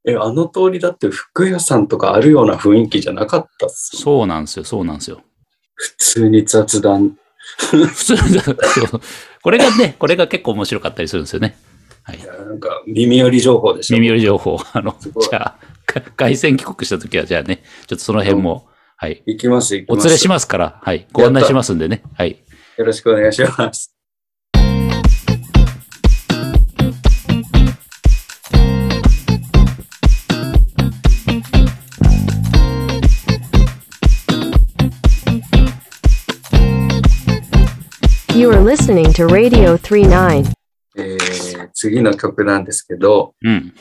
え、あの通りだって服屋さんとかあるような雰囲気じゃなかったっす。
そうなんですよ、そうなんですよ。
普通に雑談。
普通だそうこれがね、これが結構面白かったりするんですよね。はい
い。やなんか耳寄り情報でしょ。
耳寄り情報。あの、
すごい
じゃあ、か凱旋帰国した時は、じゃあね、ちょっとその辺も、はい。
行きます、行き
お
ます。
連れしますから、はい。ご案内しますんでね。はい。
よろしくお願いします。
You are listening to Radio 39.
えー、次の曲なんですけど、
うん。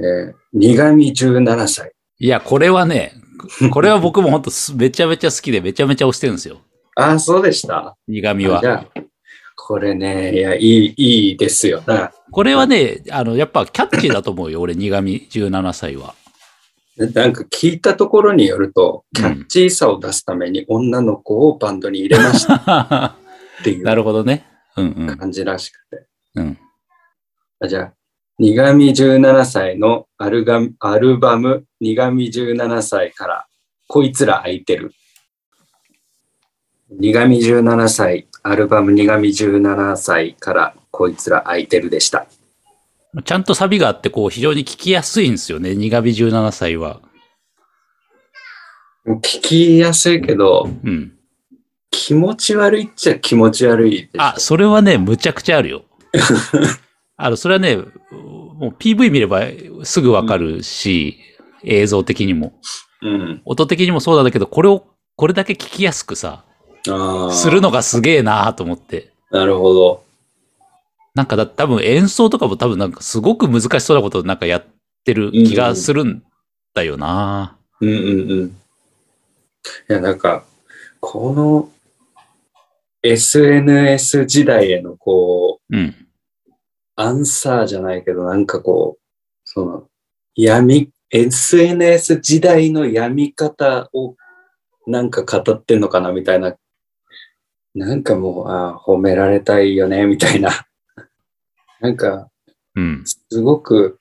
えー、苦味17歳。
いや、これはね、これは僕も本当すめちゃめちゃ好きで、めちゃめちゃ推してるんですよ。
ああ、そうでした。
苦味
あじ
は。
ゃあこれね、いや、いい、いいですよな。
これはね、あの、やっぱキャッチーだと思うよ、 俺、苦味17歳は。
なんか聞いたところによると、
うん
キャッチーさを出すために女の子をバンドに入れましたってい
な
う
るほどね。うんうん。
感じらしくて。
うん。
あじゃあ、苦味17歳のアルガアルバム、苦味17歳から、こいつら空いてる。苦味17歳、アルバム苦味17歳から、こいつら空いてるでした。
ちゃんとサビがあって、こう、非常に聞きやすいんですよね、苦味17歳は。
聞きやすいけど、
うん。
気持ち悪いっちゃ気持ち悪いです。
あ、それはね、むちゃくちゃあるよ。 あの、それはね、もう PV 見ればすぐわかるし、映像的にも。
うん。
音的にもそうなんだけど、これを、これだけ聞きやすくさ、
ああ。
するのがすげえなーと思って。
なるほど。
なんかだ、多分演奏とかも多分なんかすごく難しそうなことなんかやってる気がするんだよな、
うんうんうん。いや、なんか、この SNS 時代へのこう、
うん、
アンサーじゃないけど、なんかこう、その、闇、SNS 時代の闇方をなんか語ってんのかなみたいな。なんかもう、あー褒められたいよね、みたいな。 なんか、
うん。
すごく、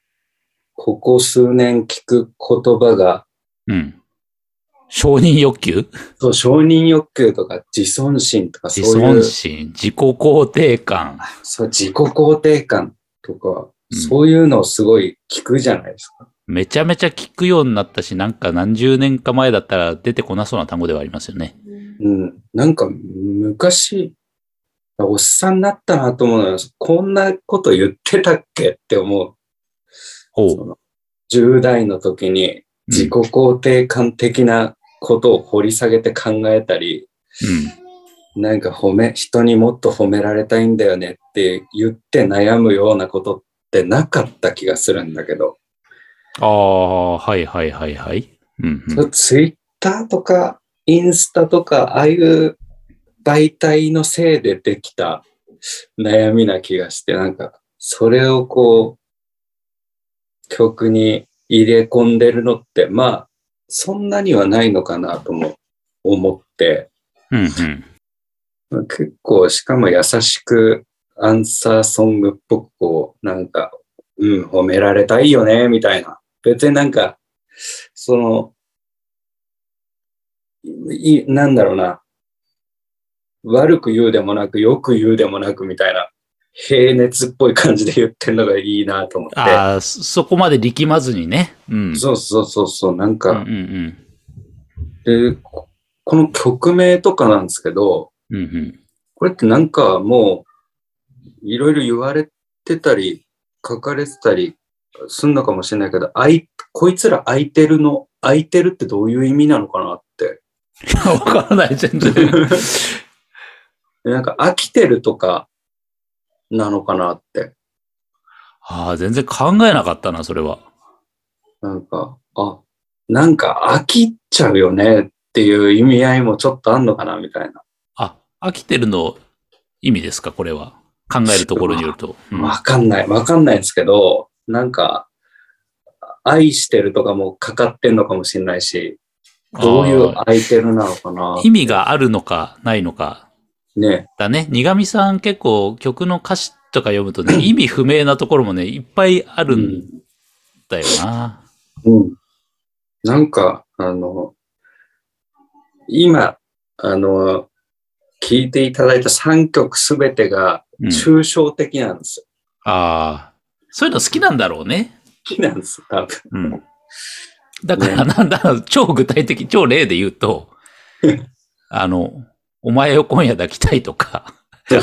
ここ数年聞く言葉が、
うん。承認欲求
そう、承認欲求とか自尊心とか
自
そうい
尊、
う
心、自己肯定感。
そう自己肯定感とか、
うん
そういうのをすごい聞くじゃないですか。
めちゃめちゃ聞くようになったし、なんか何十年か前だったら出てこなそうな単語ではありますよね。
うん。なんか昔、おっさんになったなと思うのは、こんなこと言ってたっけって思う。
ほ。
そうの10代の時に自己
うん
肯定感的なことを掘り下げて考えたり、なんか褒め、人にもっと褒められたいんだよねって言って悩むようなことってなかった気がするんだけど、
ああ、はいはいはいはい。うん、うん。
ツイッターとかインスタとか、ああいう媒体のせいでできた悩みな気がして、なんか、それをこう、曲に入れ込んでるのって、まあ、そんなにはないのかなとも思って、
うん、うん。
結構、しかも優しくアンサーソングっぽくこう、なんか、うん、褒められたいよね、みたいな。別になんか、その、い、なんだろうな。悪く言うでもなく、よく言うでもなく、みたいな。平熱っぽい感じで言ってるのがいいなと思って。
ああ、そそこまで力まずにね。うん。
そうそうそうそう、な
う
ん
ん
か
う、ん
で、ここの曲名とかなんですけど、
うん。うんうん。
これってなんかもう、いろいろ言われてたり、書かれてたりすんのかもしれないけど、あい、こいつら空いてるの、空いてるってどういう意味なのかなって。
わからない、全然。
なんか飽きてるとか、なのかなって。
ああ、全然考えなかったな、それは。
なんか、あ、なんか飽きちゃうよねっていう意味合いもちょっとあんのかなみたいな。
あ、飽きてるの意味ですか、これは。考えるところによると。うん
わかんない。わかんないんですけど、なんか、愛してるとかもかかってんのかもしれないし、どういう
あ
空いてるなのかな
ー。意味があるのか、ないのか。
ね。
だね。苦味さん結構曲の歌詞とか読むとね、意味不明なところもね、いっぱいあるんだよな。
うん。なんか、あの、今、あの、聞いていただいた3曲すべてが
うん
抽象的なんですよ。
ああ。そういうの好きなんだろうね。
好きなんです、多分。
うん。だから、なんだろう、超具体的、超例で言う と、あの、お前を今夜抱きたいと か、I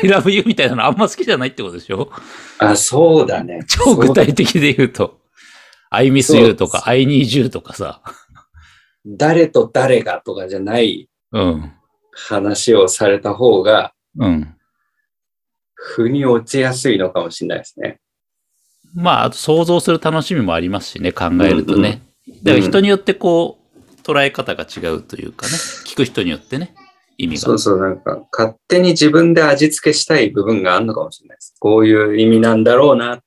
love you みたいなのあんま好きじゃないってことでしょ
あ、そうだね。
超具体的で言うと、I miss
そう
you とか、I need you とかさ、
誰と誰がとかじゃない
うん、
話をされた方が、
うん。
腑に落ちやすいのかもしれないですね。
まあ、あと想像する楽しみもありますしね、考えるとね。だから人によってこう、捉え方が違うというかね、聞く人によってね、意味
そ
が
う。そう、なんか、勝手に自分で味付けしたい部分があるのかもしれないです。こういう意味なんだろうな、
あ
思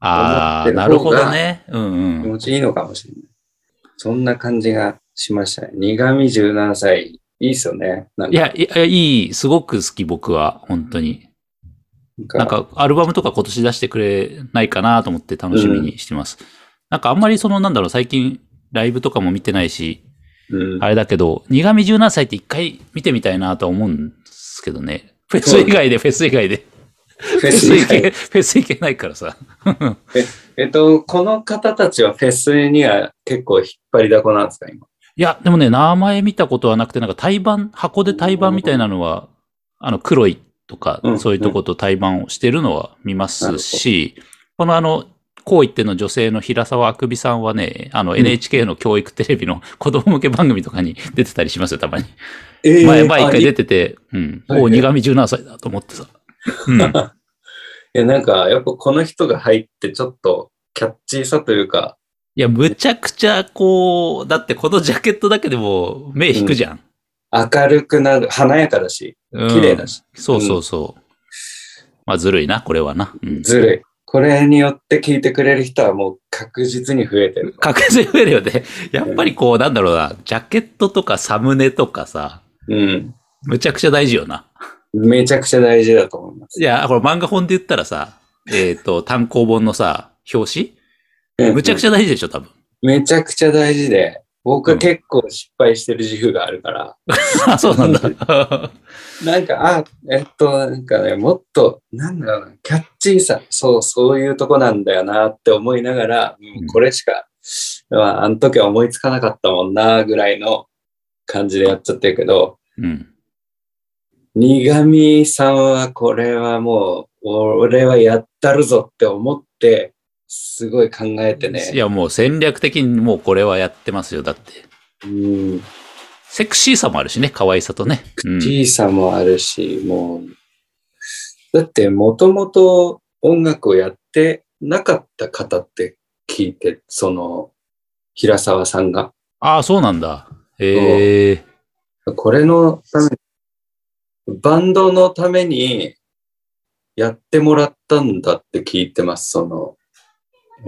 あ、
ってる
な
方が
るほどね。うん
気
うん。
持ちいいのかもしれない。そんな感じがしましたね。苦味17歳、いいっすよね。なん
い
か、
や、いやいい、すごく好き、僕は、本当に。
なんか
なんか、アルバムとか今年出してくれないかなと思って楽しみにしてます。なんか、あんまりその、なんだろう、最近、ライブとかも見てないし、
うん
あれだけど、苦味17歳って一回見てみたいなとは思うんですけどね。フェス以外で、フェス以外で。
フ
フ
ェ
ェ
ス
ス
以
行け、
外。
フェス行けないからさ。
えっと、この方たちはフェスには結構引っ張りだこなんですか、今。
いや、でもね、名前見たことはなくて、なんか対バン、箱で対バンみたいなのは、あの、黒いとか
う、ん
そういうとこと対バンをしてるのは見ますし、このあの、こう言っての女性の平沢あくびさんはね、あの NHK の教育テレビの 子供向け番組とかに出てたりしますよ、たまに。
え
前、前一回出て
て。
て、うん。
はい
おう苦味17歳だと思ってさ。うん。
いや、なんか、やっぱこの人が入ってちょっとキャッチーさというか、
いや、むちゃくちゃ、こう、だってこのジャケットだけでも目引くじゃん。
明るくなる、華やかだし、
うん
綺麗だし、
そうそうそう。まあ、ずるいな、これはな。うん、
ずるい。これによって聞いてくれる人はもう確実に増えてる。
確実に増えるよね。 やっぱりこう、なんだろうな、ジャケットとかサムネとかさ、
うん。
むちゃくちゃ大事よな。
めちゃくちゃ大事だと思います。
いや、これ漫画本で言ったらさ、えっ、と、 単行本のさ、表
う
紙
ん
むちゃくちゃ大事でしょ、 多分。
めちゃくちゃ大事で、僕
う
は
ん
結構失敗してる自負があるから、
あ、そうなんだ。
なんか、あ、えっと、なんかね、もっと、なんだろうな、キャッチーさ、そう、そういうとこなんだよなって思いながら、うん
うん
これしか、まあ、あの時は思いつかなかったもんな、ぐらいの感じでやっちゃってるけど、
うん。
苦味さんはこれはもう、俺はやったるぞって思って、すごい考えてね。
いや、もう戦略的にもうこれはやってますよ、だって。
うん
セクシーさもあるしね、可愛さとね。うん、
小さもあるし、もう、だってもともと音楽をやってなかった方って聞いて、その、平沢さんが。
ああ、そうなんだ。ええ
これのために、バンドのためにやってもらったんだって聞いてます、その、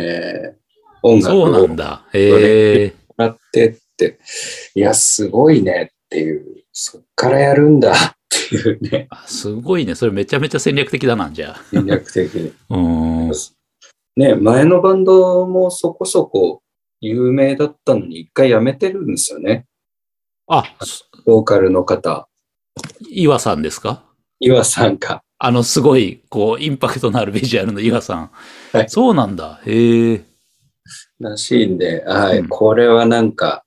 えー音楽
そうな
を
ん
も
だ。ええ
らってって、いや、すごいねっていう、そっからやるんだっていうね、
あすごいね。それめちゃめちゃ戦略的だな、じゃあ。
戦略的に。
うーん。
ね、前のバンドもそこそこ有名だったのに一回辞めてるんですよね。
あ、そ
ボーカルの方、
岩さんですか
岩さんか。
あの、すごい、こう、インパクトのあるビジュアルの岩さん。
はい
そうなんだ。ええ
らしいんで、はい、
うん
これはなんか、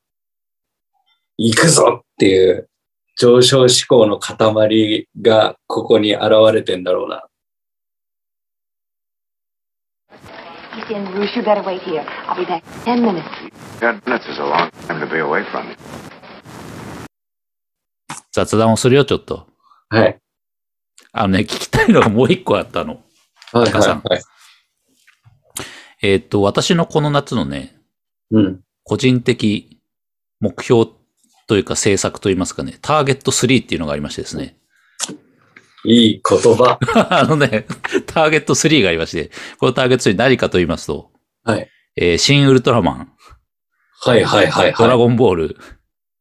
行くぞっていう上昇志向の塊がここに現れてんだろうな。
He's in the Roost. You better wait here. I'll be back in ten minutes.
Ten minutes is a long time to be away from you.
雑談をするよ、ちょっと。
はい。
あのね、聞きたいのがもう一個あったの。
はい
高さん
はいはい。
えっ、と、私のこの夏のね、
うん。
個人的目標というか政策といいますかね、ターゲット3っていうのがありましてですね。
いい言葉。
あのね、ターゲット3がありまして、このターゲット3何かと言いますと、
はい。
えー、新ウルトラマン、
はいはいはい
ドラ
はい。
ゴンボール、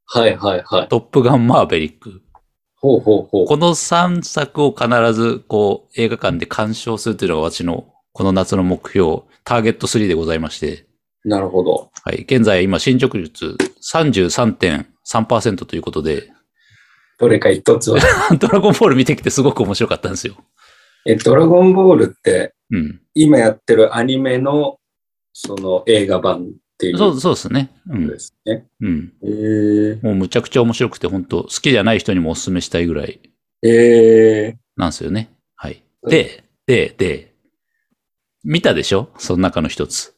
はいはいはい。
トップガンマーベリック。
ほうほうほう。
この3作を必ず、こう、映画館で鑑賞するというのが私の、この夏の目標、ターゲット3でございまして、
なるほど。
はい。現在、今、進捗率33.3%ということで、
どれか一つは。
ドラゴンボール見てきてすごく面白かったんですよ。
え、ドラゴンボールって、
うん。
今やってるアニメの、その映画版っていう
そう、
こ
そうですね。う
と
ん
で。すね。
うん。
えー、
もうむちゃくちゃ面白くて、本当好きじゃない人にもお勧めしたいぐらい
え
なんですよね。はい。で、で、で、見たでしょその中の一つ。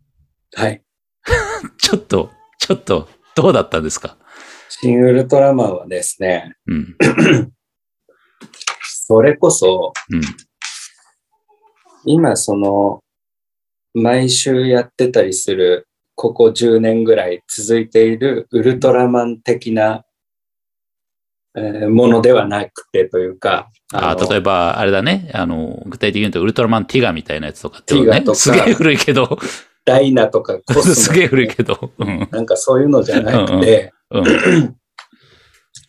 ー、はい。
ちょっと、ちょっと、どうだったんですか
シン・ウルトラマンはですね、
うん。
それこそ、
うん。
今その、毎週やってたりする、ここ10年ぐらい続いているウルトラマン的な、えーものではなくてというか、
あ
の
あ、例えば、あれだね。あの、具体的に言うと、ウルトラマンティガみたいなやつとかってこと
ティガ
ね
と。か
すげえ古いけど、
ダイナとかコス モ
すげえ古いけど。うん。
なんかそういうのじゃなくて、
うん。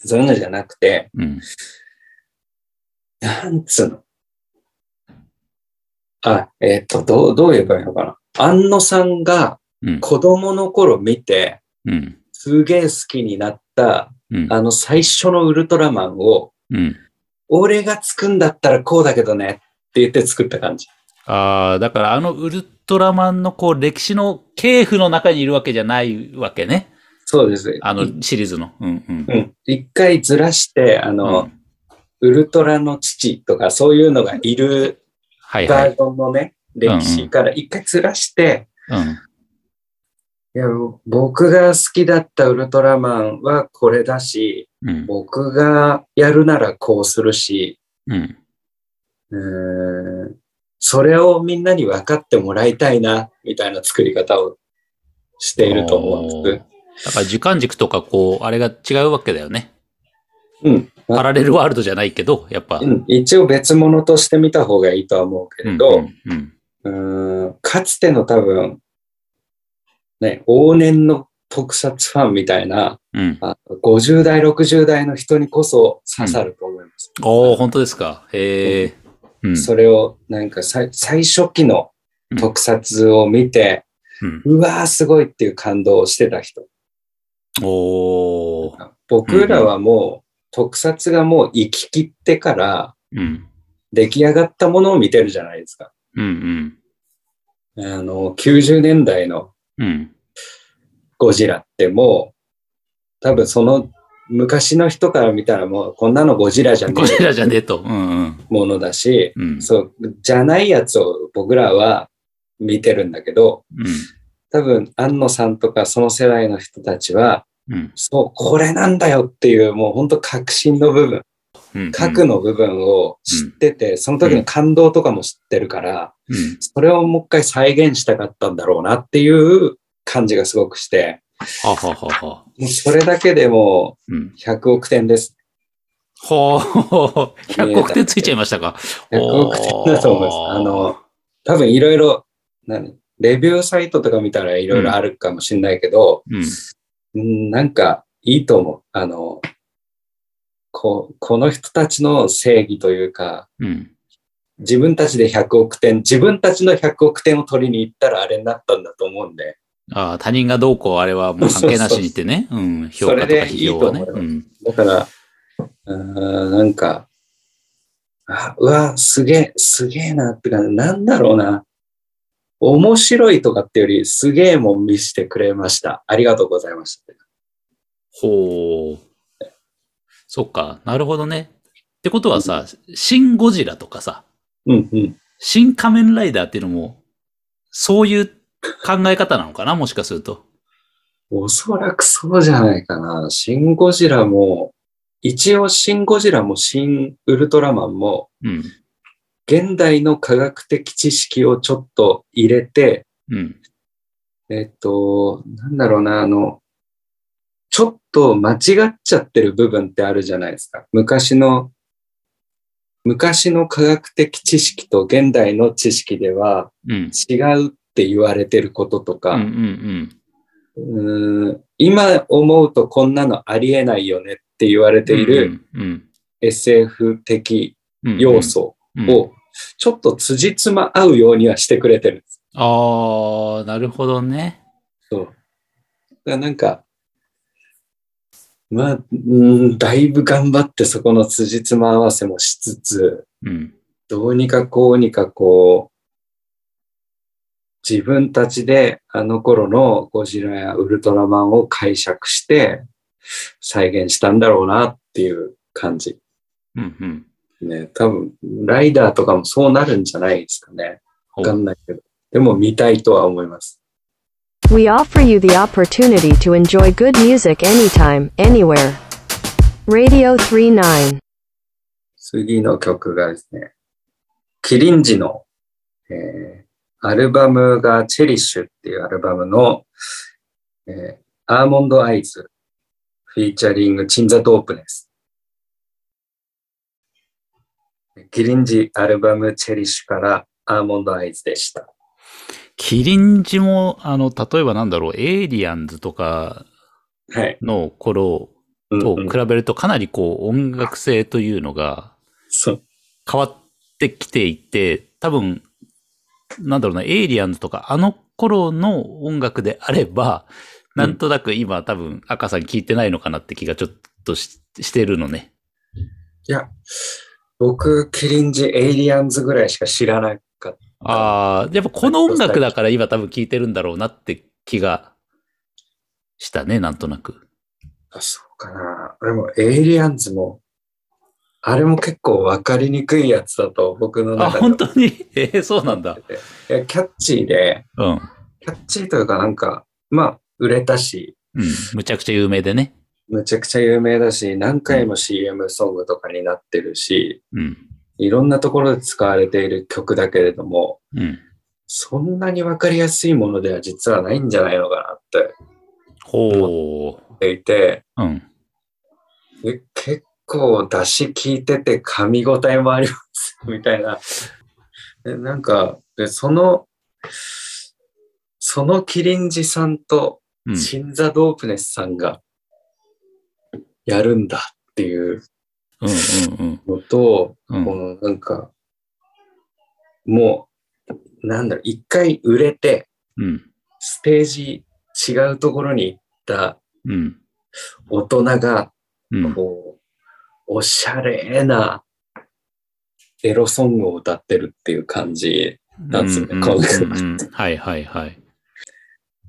そういうのじゃなくて、
うん。
なんつうの。あ、えっ、と、どう、どう言えばいいのかな。安野さんが
うん。
子供の頃見て、
うん。
すげえ好きになった、
うん。
あの最初のウルトラマンを、
うん。
俺が作んだったらこうだけどねって言って作った感じ。
ああ、だからあのウルトラマンのこう歴史の系譜の中にいるわけじゃないわけね。
そうです。
あ
い
のシリーズの。うんうん。
うん。一回ずらして、あ
う
の、
ん
ウルトラの父とかそういうのがいる
はいは
バー
い。
ジョンのね、歴史から一回ずらして、
うん。
いや、僕が好きだったウルトラマンはこれだし、
うん。
僕がやるならこうするし、
うん。
うーん、それをみんなに分かってもらいたいな、みたいな作り方をしていると思うんです。
だから時間軸とかこう、あれが違うわけだよね。
うん。
パラレルワールドじゃないけど、やっぱ。
うん、一応別物として見た方がいいとは思うけ
う
れ
ん。
ど、
うん。
うーんかつての多分、ね、往年の特撮ファンみたいな、
うん。
あ50代、60代の人にこそ刺さると思います。
おお本当ですか。へえ。うん。
それをなんかさい最初期の特撮を見て、
うん。
うわーすごいっていう感動をしてた人。
おー
僕らはもう特撮がもう行き切ってから
うん。
出来上がったものを見てるじゃないですか。
うんうん。
あの、90年代の
うん。
ゴジラってもう多分その昔の人から見たらもうこんなのゴジラじゃ ね
ゴジ
え
ラじゃねえと。うんうん。
ものだし、
うん。
そう、じゃないやつを僕らは見てるんだけど、多分安野さんとかその世代の人たちは
うん。うん。
そう、これなんだよっていう、もう本当革新の部分、
うん。
核の部分を知ってて、その時の感動とかも知ってるから、
うん。
それをもう一回再現したかったんだろうなっていう感じがすごくして、
はははは。
もうそれだけでも
うん。
う100億点です。
ほー、100億点ついちゃいましたか。
100億点だと思います。あの、多分いろいろ、何レビューサイトとか見たらいろいろあるかもしれないけど、
す。
うんなんかいいと思う。あの、ここの人たちの正義というか、
うん。うん。
自分たちで100億点、自分たちの100億点を取りに行ったらあれになったんだと思うんで、
ああ、他人がどうこう、あれはもう関係なしにってね。うん。評価とか批評はね。
それで
う
い
ん。
だから、うーんなんか、あうわ、すげえ、すげえなって感じ、なんだろうな。面白いとかってより、すげえもん見してくれました。ありがとうございました。
ほー。そっか、なるほどね。ってことはさ、シン・ゴジラとかさ、
うんうん。
シン・仮面ライダーっていうのも、そういう考え方なのかな、もしかすると。
おそらくそうじゃないかな。シン・ゴジラも、一応シン・ゴジラもシン・ウルトラマンも、
うん。
現代の科学的知識をちょっと入れて、
うん。
えっと、なんだろうな、あの、ちょっと間違っちゃってる部分ってあるじゃないですか。昔の、昔の科学的知識と現代の知識では
うん。
違うって言われてることと
うんう
か、
ん
うーん今思うとこんなのありえないよねって言われている
うんうん。
SF 的
うん
要素
うん
をちょっと辻褄合うようにはしてくれてるんです。
ああ、なるほどね。
そう。だからなんか、まあ、うん、だいぶ頑張ってそこの辻褄合わせもしつつ、
うん。
どうにかこうにかこう、自分たちであの頃のゴジラやウルトラマンを解釈して再現したんだろうなっていう感じ。
うんうん。
ね、多分、ライダーとかもそうなるんじゃないですかね。わかんないけど。でも見たいとは思います。
We offer you the opportunity to enjoy good music anytime, anywhere. Radio 39.
次の曲がですね、キリンジの、えーアルバムがチェリッシュっていうアルバムの、えーアーモンドアイズ、フィーチャリングチンザドープです。キリンジアルバムチェリッシュからアーモンドアイズでした。
キリンジも、あの、例えばなんだろう、エイリアンズとか
はい。
の頃
うん
と
うん
比べるとかなりこう音楽性というのが
そう
変わってきていて、多分、なんだろうな、エイリアンズとかあの頃の音楽であれば、なんとなく今多分赤さん聞いてないのかなって気がちょっとししてるのね。
いや、僕、キリンジ、エイリアンズぐらいしか知らなかった。
ああ、やっぱこの音楽だから今多分聞いてるんだろうなって気がしたね、なんとなく。
あ、そうかな。でも、エイリアンズも、あれも結構分かりにくいやつだと、僕の
あ、
中では
本当に えーそうなんだ。
いや、キャッチーで、
うん。うん。
キャッチーというかなんか、まあ、売れたし、
むちゃくちゃ有名でね。
むちゃくちゃ有名だし、何回も CM ソングとかになってるし、
うん。
いろんなところで使われている曲だけれども、
うん。
そんなに分かりやすいものでは実はないんじゃないのかなって
ほ
思っていて、
う。うん。
え結構出し聞いてて噛み応えもありますみたいな。でなんかで、その、そのキリンジさんと
うん。
チンザ・ドープネスさんがやるんだっていう
うんうん
のと、
うん
こ
うん。
のなんか、もう、なんだろう、一回売れて、
うん。
ステージ違うところに行った
うん。
大人が
うん。
こう、おしゃれなエロソングを歌ってるっていう感じ。なんですよね
うん
顔が
うんうんはいはいはい。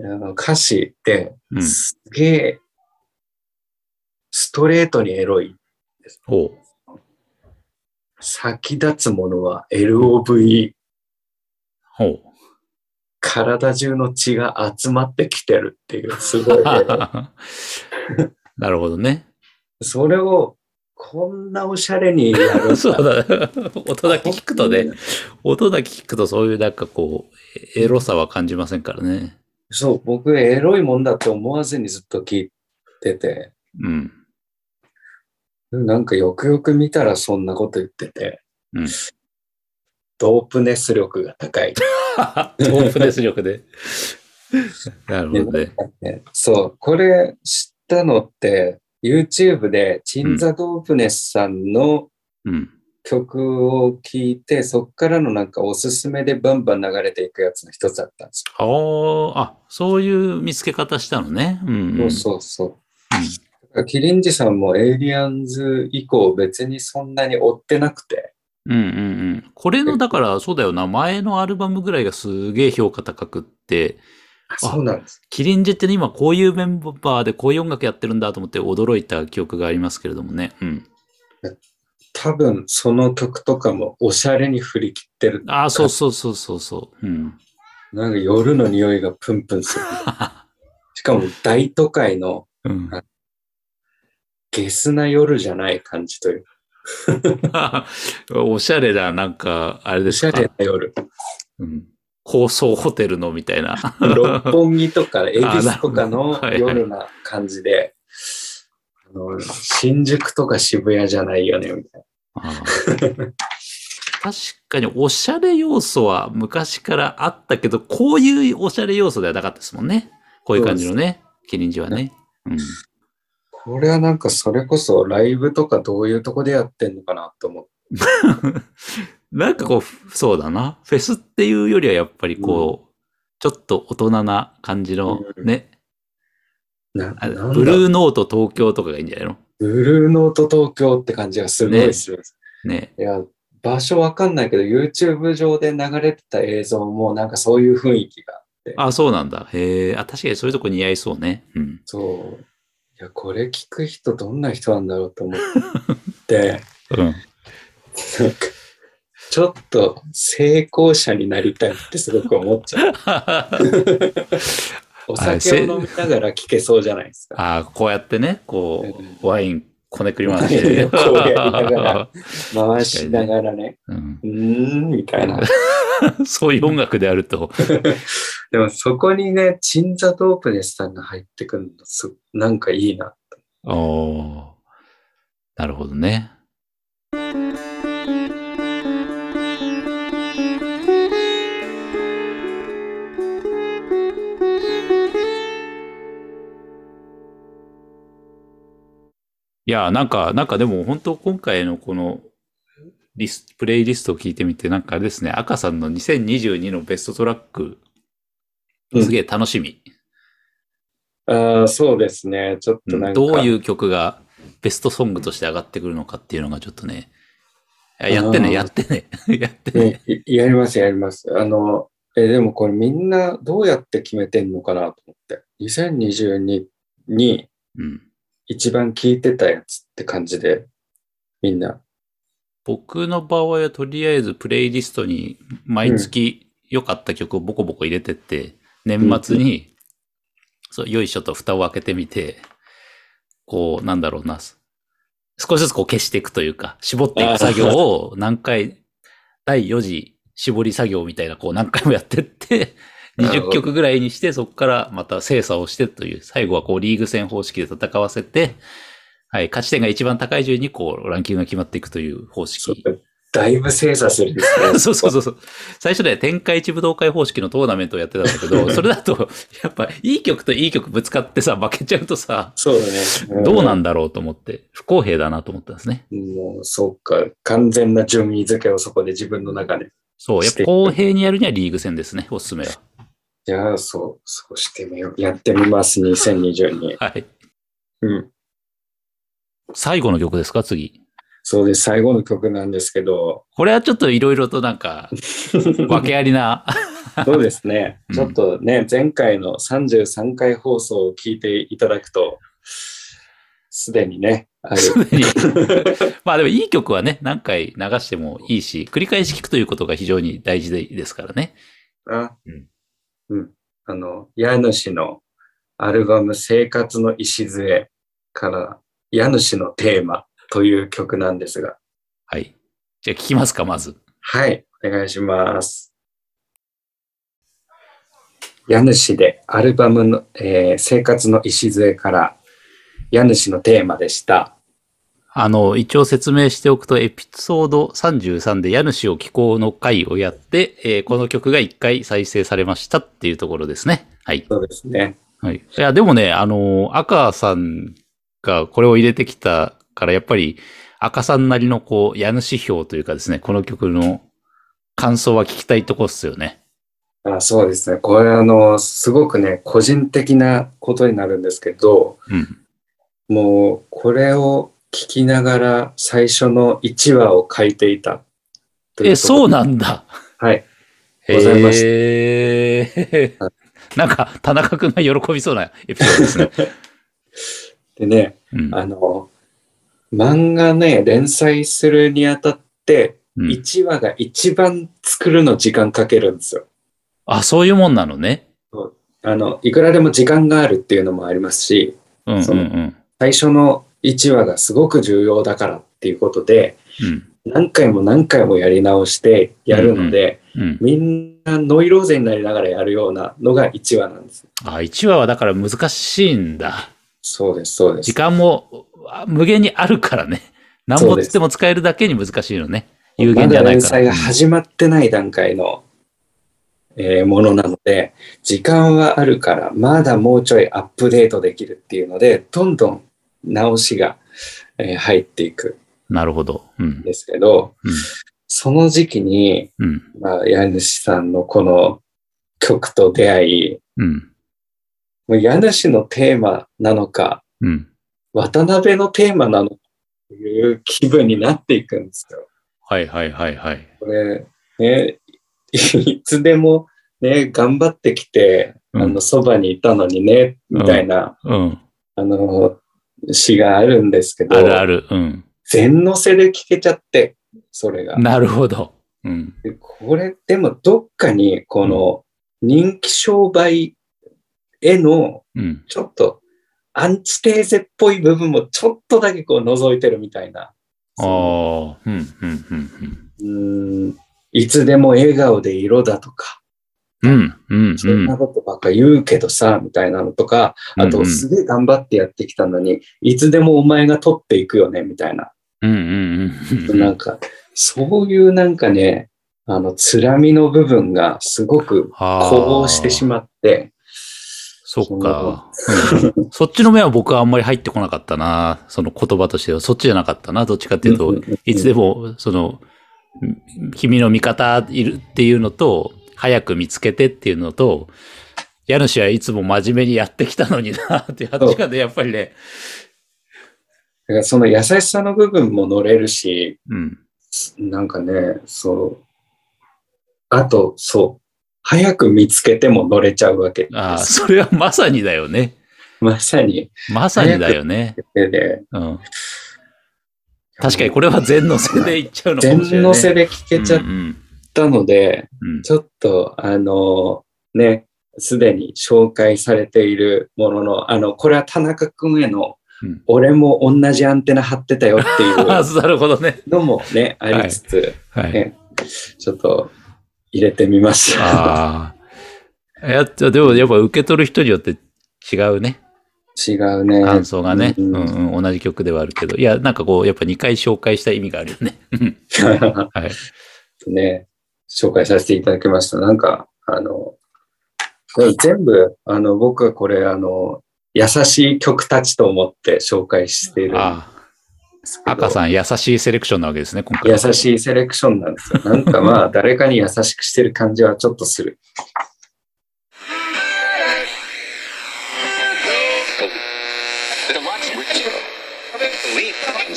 あの歌詞って
うん。
すげえストレートにエロい。
ほう。
先立つものは LOV。
ほう。
体中の血が集まってきてるっていう、す ごい、
なるほどね。
それをこんなおしゃれにやるんだ
そうだ ね。音だけ聞くとね、音だけ聞くとそういうなんかこう、エロさは感じませんからね。
そう、僕エロいもんだって思わずにずっと聞いてて。
うん。
なんかよくよく見たらそんなこと言ってて、
うん
ドープネス力が高い。
豆腐熱力で。なるほどね。
ねそう、これ知ったのって、YouTube でチンザ・ドープネスさんの
うん。
曲を聴いて、そっからのなんかおすすめでバンバン流れていくやつの一つだったんです
ああ、あ、そういう見つけ方したのね。うん、
よ。
うん。
そうそうそう。だからキリンジさんもエイリアンズ以降別にそんなに追ってなくて、
うんうんうん。これの、だから、そうだよな、前のアルバムぐらいがすげえ評価高くって、
そうなんです。
キリンジってね、今こういうメンバーでこういう音楽やってるんだと思って驚いた記憶がありますけれどもね。うん。
多分その曲とかもおしゃれに振り切ってる
ああ、そうそうそうそうそう。うん。
なんか夜の匂いがプンプン する。しかも大都会の
うん、
ゲスな夜じゃない感じという。
おしゃれだ、なんか、あれで
おしゃ
すか
れ。な夜。
うん、放送ホテルのみたいな。
六本木とか恵比
あな
寿
るほ
と
ど
かの
はいはい
夜な感じで、あの新宿とか渋谷じゃないよね、みたい
あー 確かにおしゃれ要素は昔からあったけど、こういうおしゃれ要素ではなかったですもんね。こういう感じのね、キリンジはね。うん。
な。これはなんかそれこそライブとかどういうとこでやってんのかなと思って。
なんかこう、そうだな。フェスっていうよりはやっぱりこう、ちょっと大人な感じの
うん
ね、
な
あ
なんだ
ブルーノート東京とかがいいんじゃないの
ブルーノート東京って感じがすごいする。
ね。
いや、場所わかんないけど、YouTube 上で流れてた映像もなんかそういう雰囲気が。
あ、そうなんだ。へえ。あ、確かにそういうとこ似合いそうね。うん。
そう。いや、これ聞く人どんな人なんだろうと思って、
うん。
なんか、ちょっと成功者になりたいってすごく思っち ゃう。お酒を飲みながら聞けそうじゃないですか。
あこうやってね、こう、ワインこねくり回し
ワイ
て。
ン こうやりながら回しながらね、
うん
うーん、みたいな。
そういう音楽であると。
でもそこにね、チンザ・ドープネスさんが入ってくるのす、なんかいいな。
おーなるほどね。いや、なんか、なんかでも本当今回のこのリス、プレイリストを聞いてみて、なんかあれですね、赤さんの2022のベストトラック、
うん
すげえ楽しみ。
ああ、そうですね。ちょっとなんか。。
どういうう曲がベストソングとして上がってくるのかっていうのがちょっとね、あやって
あ
ね、
ー
やってね、 やってね。
ね、いやります、やります。あの、え、でもこれみんなどうやって決めてんのかなと思って。2022に
うん、
一番聴いてたやつって感じで、みんな。
僕の場合はとりあえずプレイリストに毎月良かった曲をボコボコ入れてって、年末に、そう、よいしょと蓋を開けてみて、こう、なんだろうな、少しずつこう消していくというか、絞っていく作業 を何回、第4次絞り作業みたいな、こう何回もやってって、
なる
20
ほど
曲ぐらいにして、そこからまた精査をしてという、最後はこうリーグ戦方式で戦わせて、はい、勝ち点が一番高い順にこうランキングが決まっていくという方
そう
式。
だいぶ精査するんで すね。
そうそうそうそう。最初ね、天下一武道会方式のトーナメントをやってたんだけど、それだと、やっぱいい曲といい曲ぶつかってさ、負けちゃうとさ、
そうだね。
どうなんんだろうと思って、不公平だなと思ったんですね。
もう、そっか。完全な順位付けをそこで自分の中で。
そう、やっぱ公平にやるにはリーグ戦ですね、おすすめは。
じゃあ、そう、そうしてみよう。やってみます、2022。
はい。
うん。
最後の曲ですか、次。
そうです。最後の曲なんです けど、
これはちょっといろいろとなんか、訳ありな。。
そうですね
うん
ちょっとね、前回の33回放送を聞いていただくと、すでにね、ある。
すでに まあでもいい曲はね、何回流してもいいし、繰り返し聴くということが非常に大事でですからね。
あ
うん
うん。あの、家主のアルバム生活の礎から、家主のテーマという曲なんですが、
はい。じゃあ聴きますか、まず。
はい、お願いします。家主でアルバムの、えー生活の礎から、家主のテーマでした。
あの、一応説明しておくと、エピソード33で家主を寄稿の回をやって、えーこの曲が1回再生されましたっていうところですね。はい。
そうですね。
はい、いや、でもね、あの、赤さんがこれを入れてきたから、やっぱり赤さんなりのこう、家主票というかですね、この曲の感想は聞きたいとこっすよね。
あそうですね。これあの、すごくね、個人的なことになるんですけど、
うん。
もうこれを聞きながら最初の1話を書いていたとい
え、
うところ。
そうなんだ。
はい。
ご
ございました
え なんか、田中くんが喜びそうなエピソードですね。
でね、
うん。
あの、漫画ね、連載するにあたって、
うん
1話が一番作るの時間かけるんですよ。
あ、そういうもんなのね。
あの、いくらでも時間があるっていうのもありますし、
うんうんうん。
最初の1話がすごく重要だからっていうことで、
うん
何回も何回もやり直してやるので、
うん。
みんノイローゼになりながらやるようなのが1話なんです。
あ、1話はだから難しいんだ。
そうです、そうで
時
す。
間もあ無限にあるからね。なんぼつっても使えるだけに難しいのね。有
ま
限じゃ
だ
ない
連
から。
載が始まってない段階の、えーものなので、時間はあるから、まだもうちょいアップデートできるっていうので、どんどん直しが、えー入っていく
なるほど。うん
ん。ですけど、
うん
その時期に、
うん。
まあ、家主さんのこの曲と出会い、
うん。
もう家主のテーマなのか、
うん。
渡辺のテーマなのかという気分になっていくんですよ。
はいはいはいはい。
これ、ね、 いつでもね、頑張ってきて、
うん
あの、そばにいたのにね、みたいな、
うん。
あの、詩があるんですけど、
あるある。うん。
全のせで聞けちゃって、それが。
なるほど。うん。
でこれ、でもどっかに、この、人気商売への、
うん。
ちょっと、アンチテーゼっぽい部分もちょっとだけこう覗いてるみたいな。
ああ。うん。うん。うん。
うーんいつでも笑顔で色だとか、
うん。うん。
そんなことばっか言うけどさ、みたいなのとか、あ
うん
と、
うん
すげえ頑張ってやってきたのに、いつでもお前が取っていくよね、みたいな。
うん。うん。うん。うん。
なんか、そういうなんかね、あの、つらみの部分がすごく
あ
呼応してし
う。
まって、
そっか、うんそっちの面は僕はあんまり入ってこなかったな。その言葉としては。そっちじゃなかったな。どっちかっていうと、いつでも、その、ん君の味方いるっていうのと、早く見つけてっていうのと、家主はいつも真面目にやってきたのになっていう、あっちかでやっぱりね。
だからその優しさの部分も乗れるし、
うん。
なんかね、そう。あと、そう。早く見つけても乗れちゃうわけです。
ああ、それはまさにだよね。
まさに、
まさにだよね。
でで、
うん。確かにこれは全のせでいっちゃうのかもしれない、ね。
全のせで聞けちゃっ
うんうん
たので、
うん
ちょっと、あの、ね、すでに紹介されているものの、あの、これは田中君への、
うん
俺も同じアンテナ張ってたよってい
あ
う
あ、なるほどね。
のもね、ありつつ、
はい。
ねちょっと入れてみました。
ああ。いや、でもやっぱ受け取る人によって違うね。
違うね。
感想がね。う
うん
んうん。同じ曲ではあるけど。いや、なんかこう、やっぱ2回紹介した意味があるよね。うん はい。
ね、紹介させていただきました。なんか、あの、これ全部、あの、僕はこれ、あの、優しい曲たちと思って紹介しているんで
あ
す
あ。
けど
赤さん、優しいセレクションなわけですね、今回。
優しいセレクションなんですよ。なんかまあ、誰かに優しくしてる感じはちょっとする。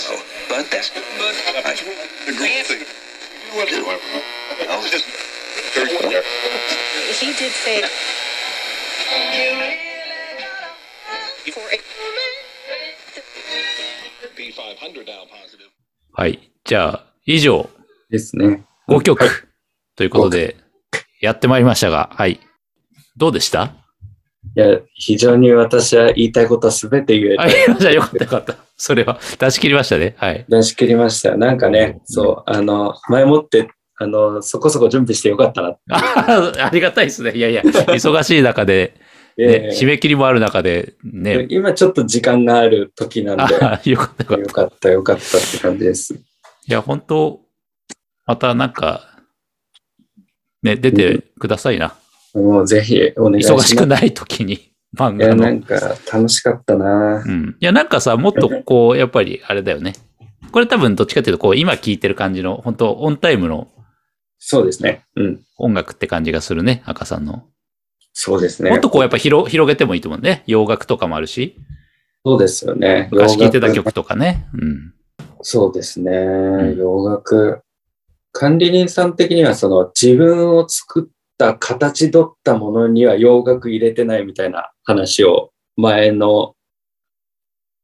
Oh, But uh, that's the great thing. He did say. B500 now positive.
はい。じゃあ、以上、
ですね。
5曲、ということで、やってまいりましたが、はい。どうでした
いや、非常に私は言いたいことは全て言え
あ、
て、
いやじゃあよかったよかった。それは、出し切りましたね。はい。
出し切りました。なんかね、そう、あの、前もって、あの、そこそこ準備してよかったなって。
あありがたいですね。いやいや、忙しい中で、ね、締め切りもある中で、ね。
今ちょっと時間がある時なんで、
ああ、よかったよかった
よかった、よかったって感じです。
いや、本当またなんか、ね、出てくださいな。
もうぜひお願いし
忙
ます。
しくない時に、漫
いや、
画
な
の。
んか楽しかったな
う。ん。いや、なんかさ、もっとこう、やっぱりあれだよね。これ多分どっちかっていうと、こう、今聴いてる感じの、本当オンタイムの
そうですね。うん。
音楽って感じがするね、赤さんの。
そうです
もっ
ね。
とこう、やっぱ広、広げてもいいと思うね。洋楽とかもあるし、
そうですよね。
昔聴いてた
洋楽。
曲とかね。うん。
そうですね。
ん
洋楽。管理人さん的には、その自分を作った形取ったものには洋楽入れてないみたいな話を前の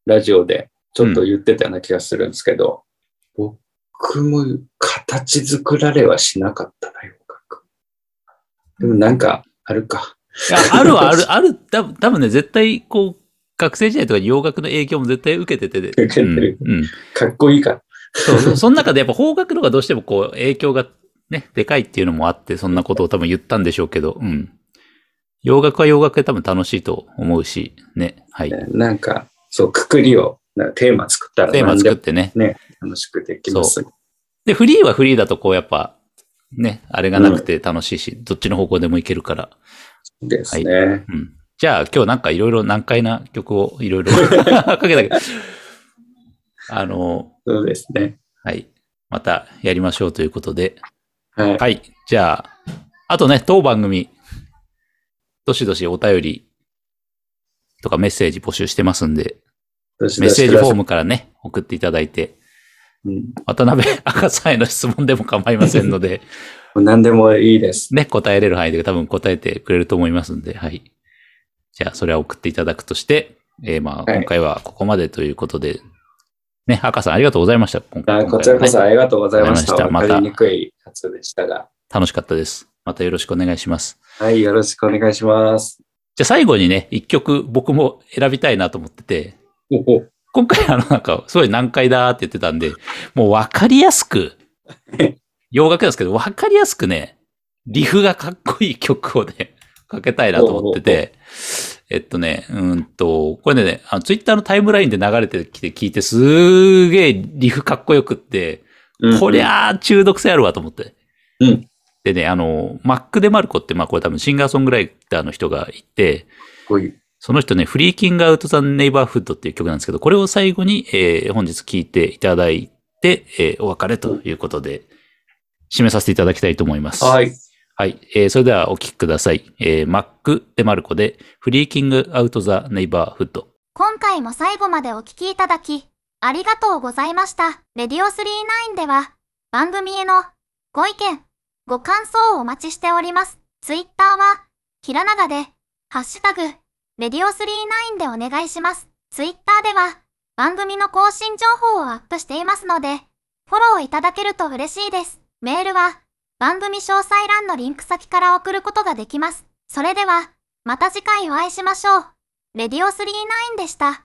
ラジオでちょっと言ってたような気がするんですけど、僕も形作られはしなかったな、洋楽。でもなんかあるか。
い や、あるはある、ある、多分多分ね、絶対、こう、学生時代とかに洋楽の影響も絶対受けてて。
受けてる
うんうん
かっこいいから。
そう、そその中でやっぱ方角の方がどうしてもこう影響がね、でかいっていうのもあって、そんなことを多分言ったんでしょうけど、うん。洋楽は洋楽で多分楽しいと思うし、ね、はい。
なんか、そう、くくりを、なんかテーマ作ったら
テーマ
何で
作っ
も
てね。
楽しくできます。
で、フリーはフリーだとこうやっぱ、ね、あれがなくて楽しいし、どっちの方向でもいけるから。
ですね。
うん。じゃあ今日なんかいろいろ難解な曲をいろい ろかけたけど、あの、
そうですね。
はい。またやりましょうということで。
はい。
はい。じゃあ、あとね、当番組、どしどしお便りとかメッセージ募集してますんで、
どし
メ
ど
ッ
し
セー
く
ジ
だ
フ
さ
ォ
い
ームからね、送っていただいて、
うん
渡 辺赤さんへの質問でも構いませんので、
もう何でもいいです。
ね、答えれる範囲で多分答えてくれると思いますんで、はい。じゃあ、それは送っていただくとして、えーまあ、
はい
今回はここまでということで、ね、赤さんありがとうございました。今回
あ
今
こち
回
ら
は
こ
ね
そありがとうございました。
わか
わ
りま
か
した
りにくいやつでしたが。
楽しかったです。またよろしくお願いします。
はい、よろしくお願いします。
じゃあ最後にね、一曲僕も選びたいなと思ってて、
おお
今回あのなんか、すごい難解だーって言ってたんで、もうわかりやすく、洋楽なんですけど、わかりやすくね、リフがかっこいい曲をね、かけたいなと思ってて、えっとね、うーんと、これね、あのツイッターのタイムラインで流れてきて聞いて、すーげーリフかっこよくって、こりゃー中毒性あるわと思って。
うん
でね、あの、マック・デ・マルコって、まあこれ多分シンガーソングライターの人がいて、
こういう。
その人ね、フリーキングアウトザネイバーフッドっていう曲なんですけど、これを最後に、えー本日聴いていただいて、えーお別れということで、締めさせていただきたいと思います。。
はいい。
はい。えーそれではお聴きください。えーマック・デ・マルコで、フリーキングアウトザネイバーフッド。
今回も最後までお聞きいただき、ありがとうございました。レディオ39では、番組へのご意見、ご感想をお待ちしております。ツイッターは、ひらながで、ハッシュタグ、レディオ39でお願いします。ツイッターでは、番組の更新情報をアップしていますので、フォローいただけると嬉しいです。メールは、番組詳細欄のリンク先から送ることができます。それでは、また次回お会いしましょう。レディオ39でした。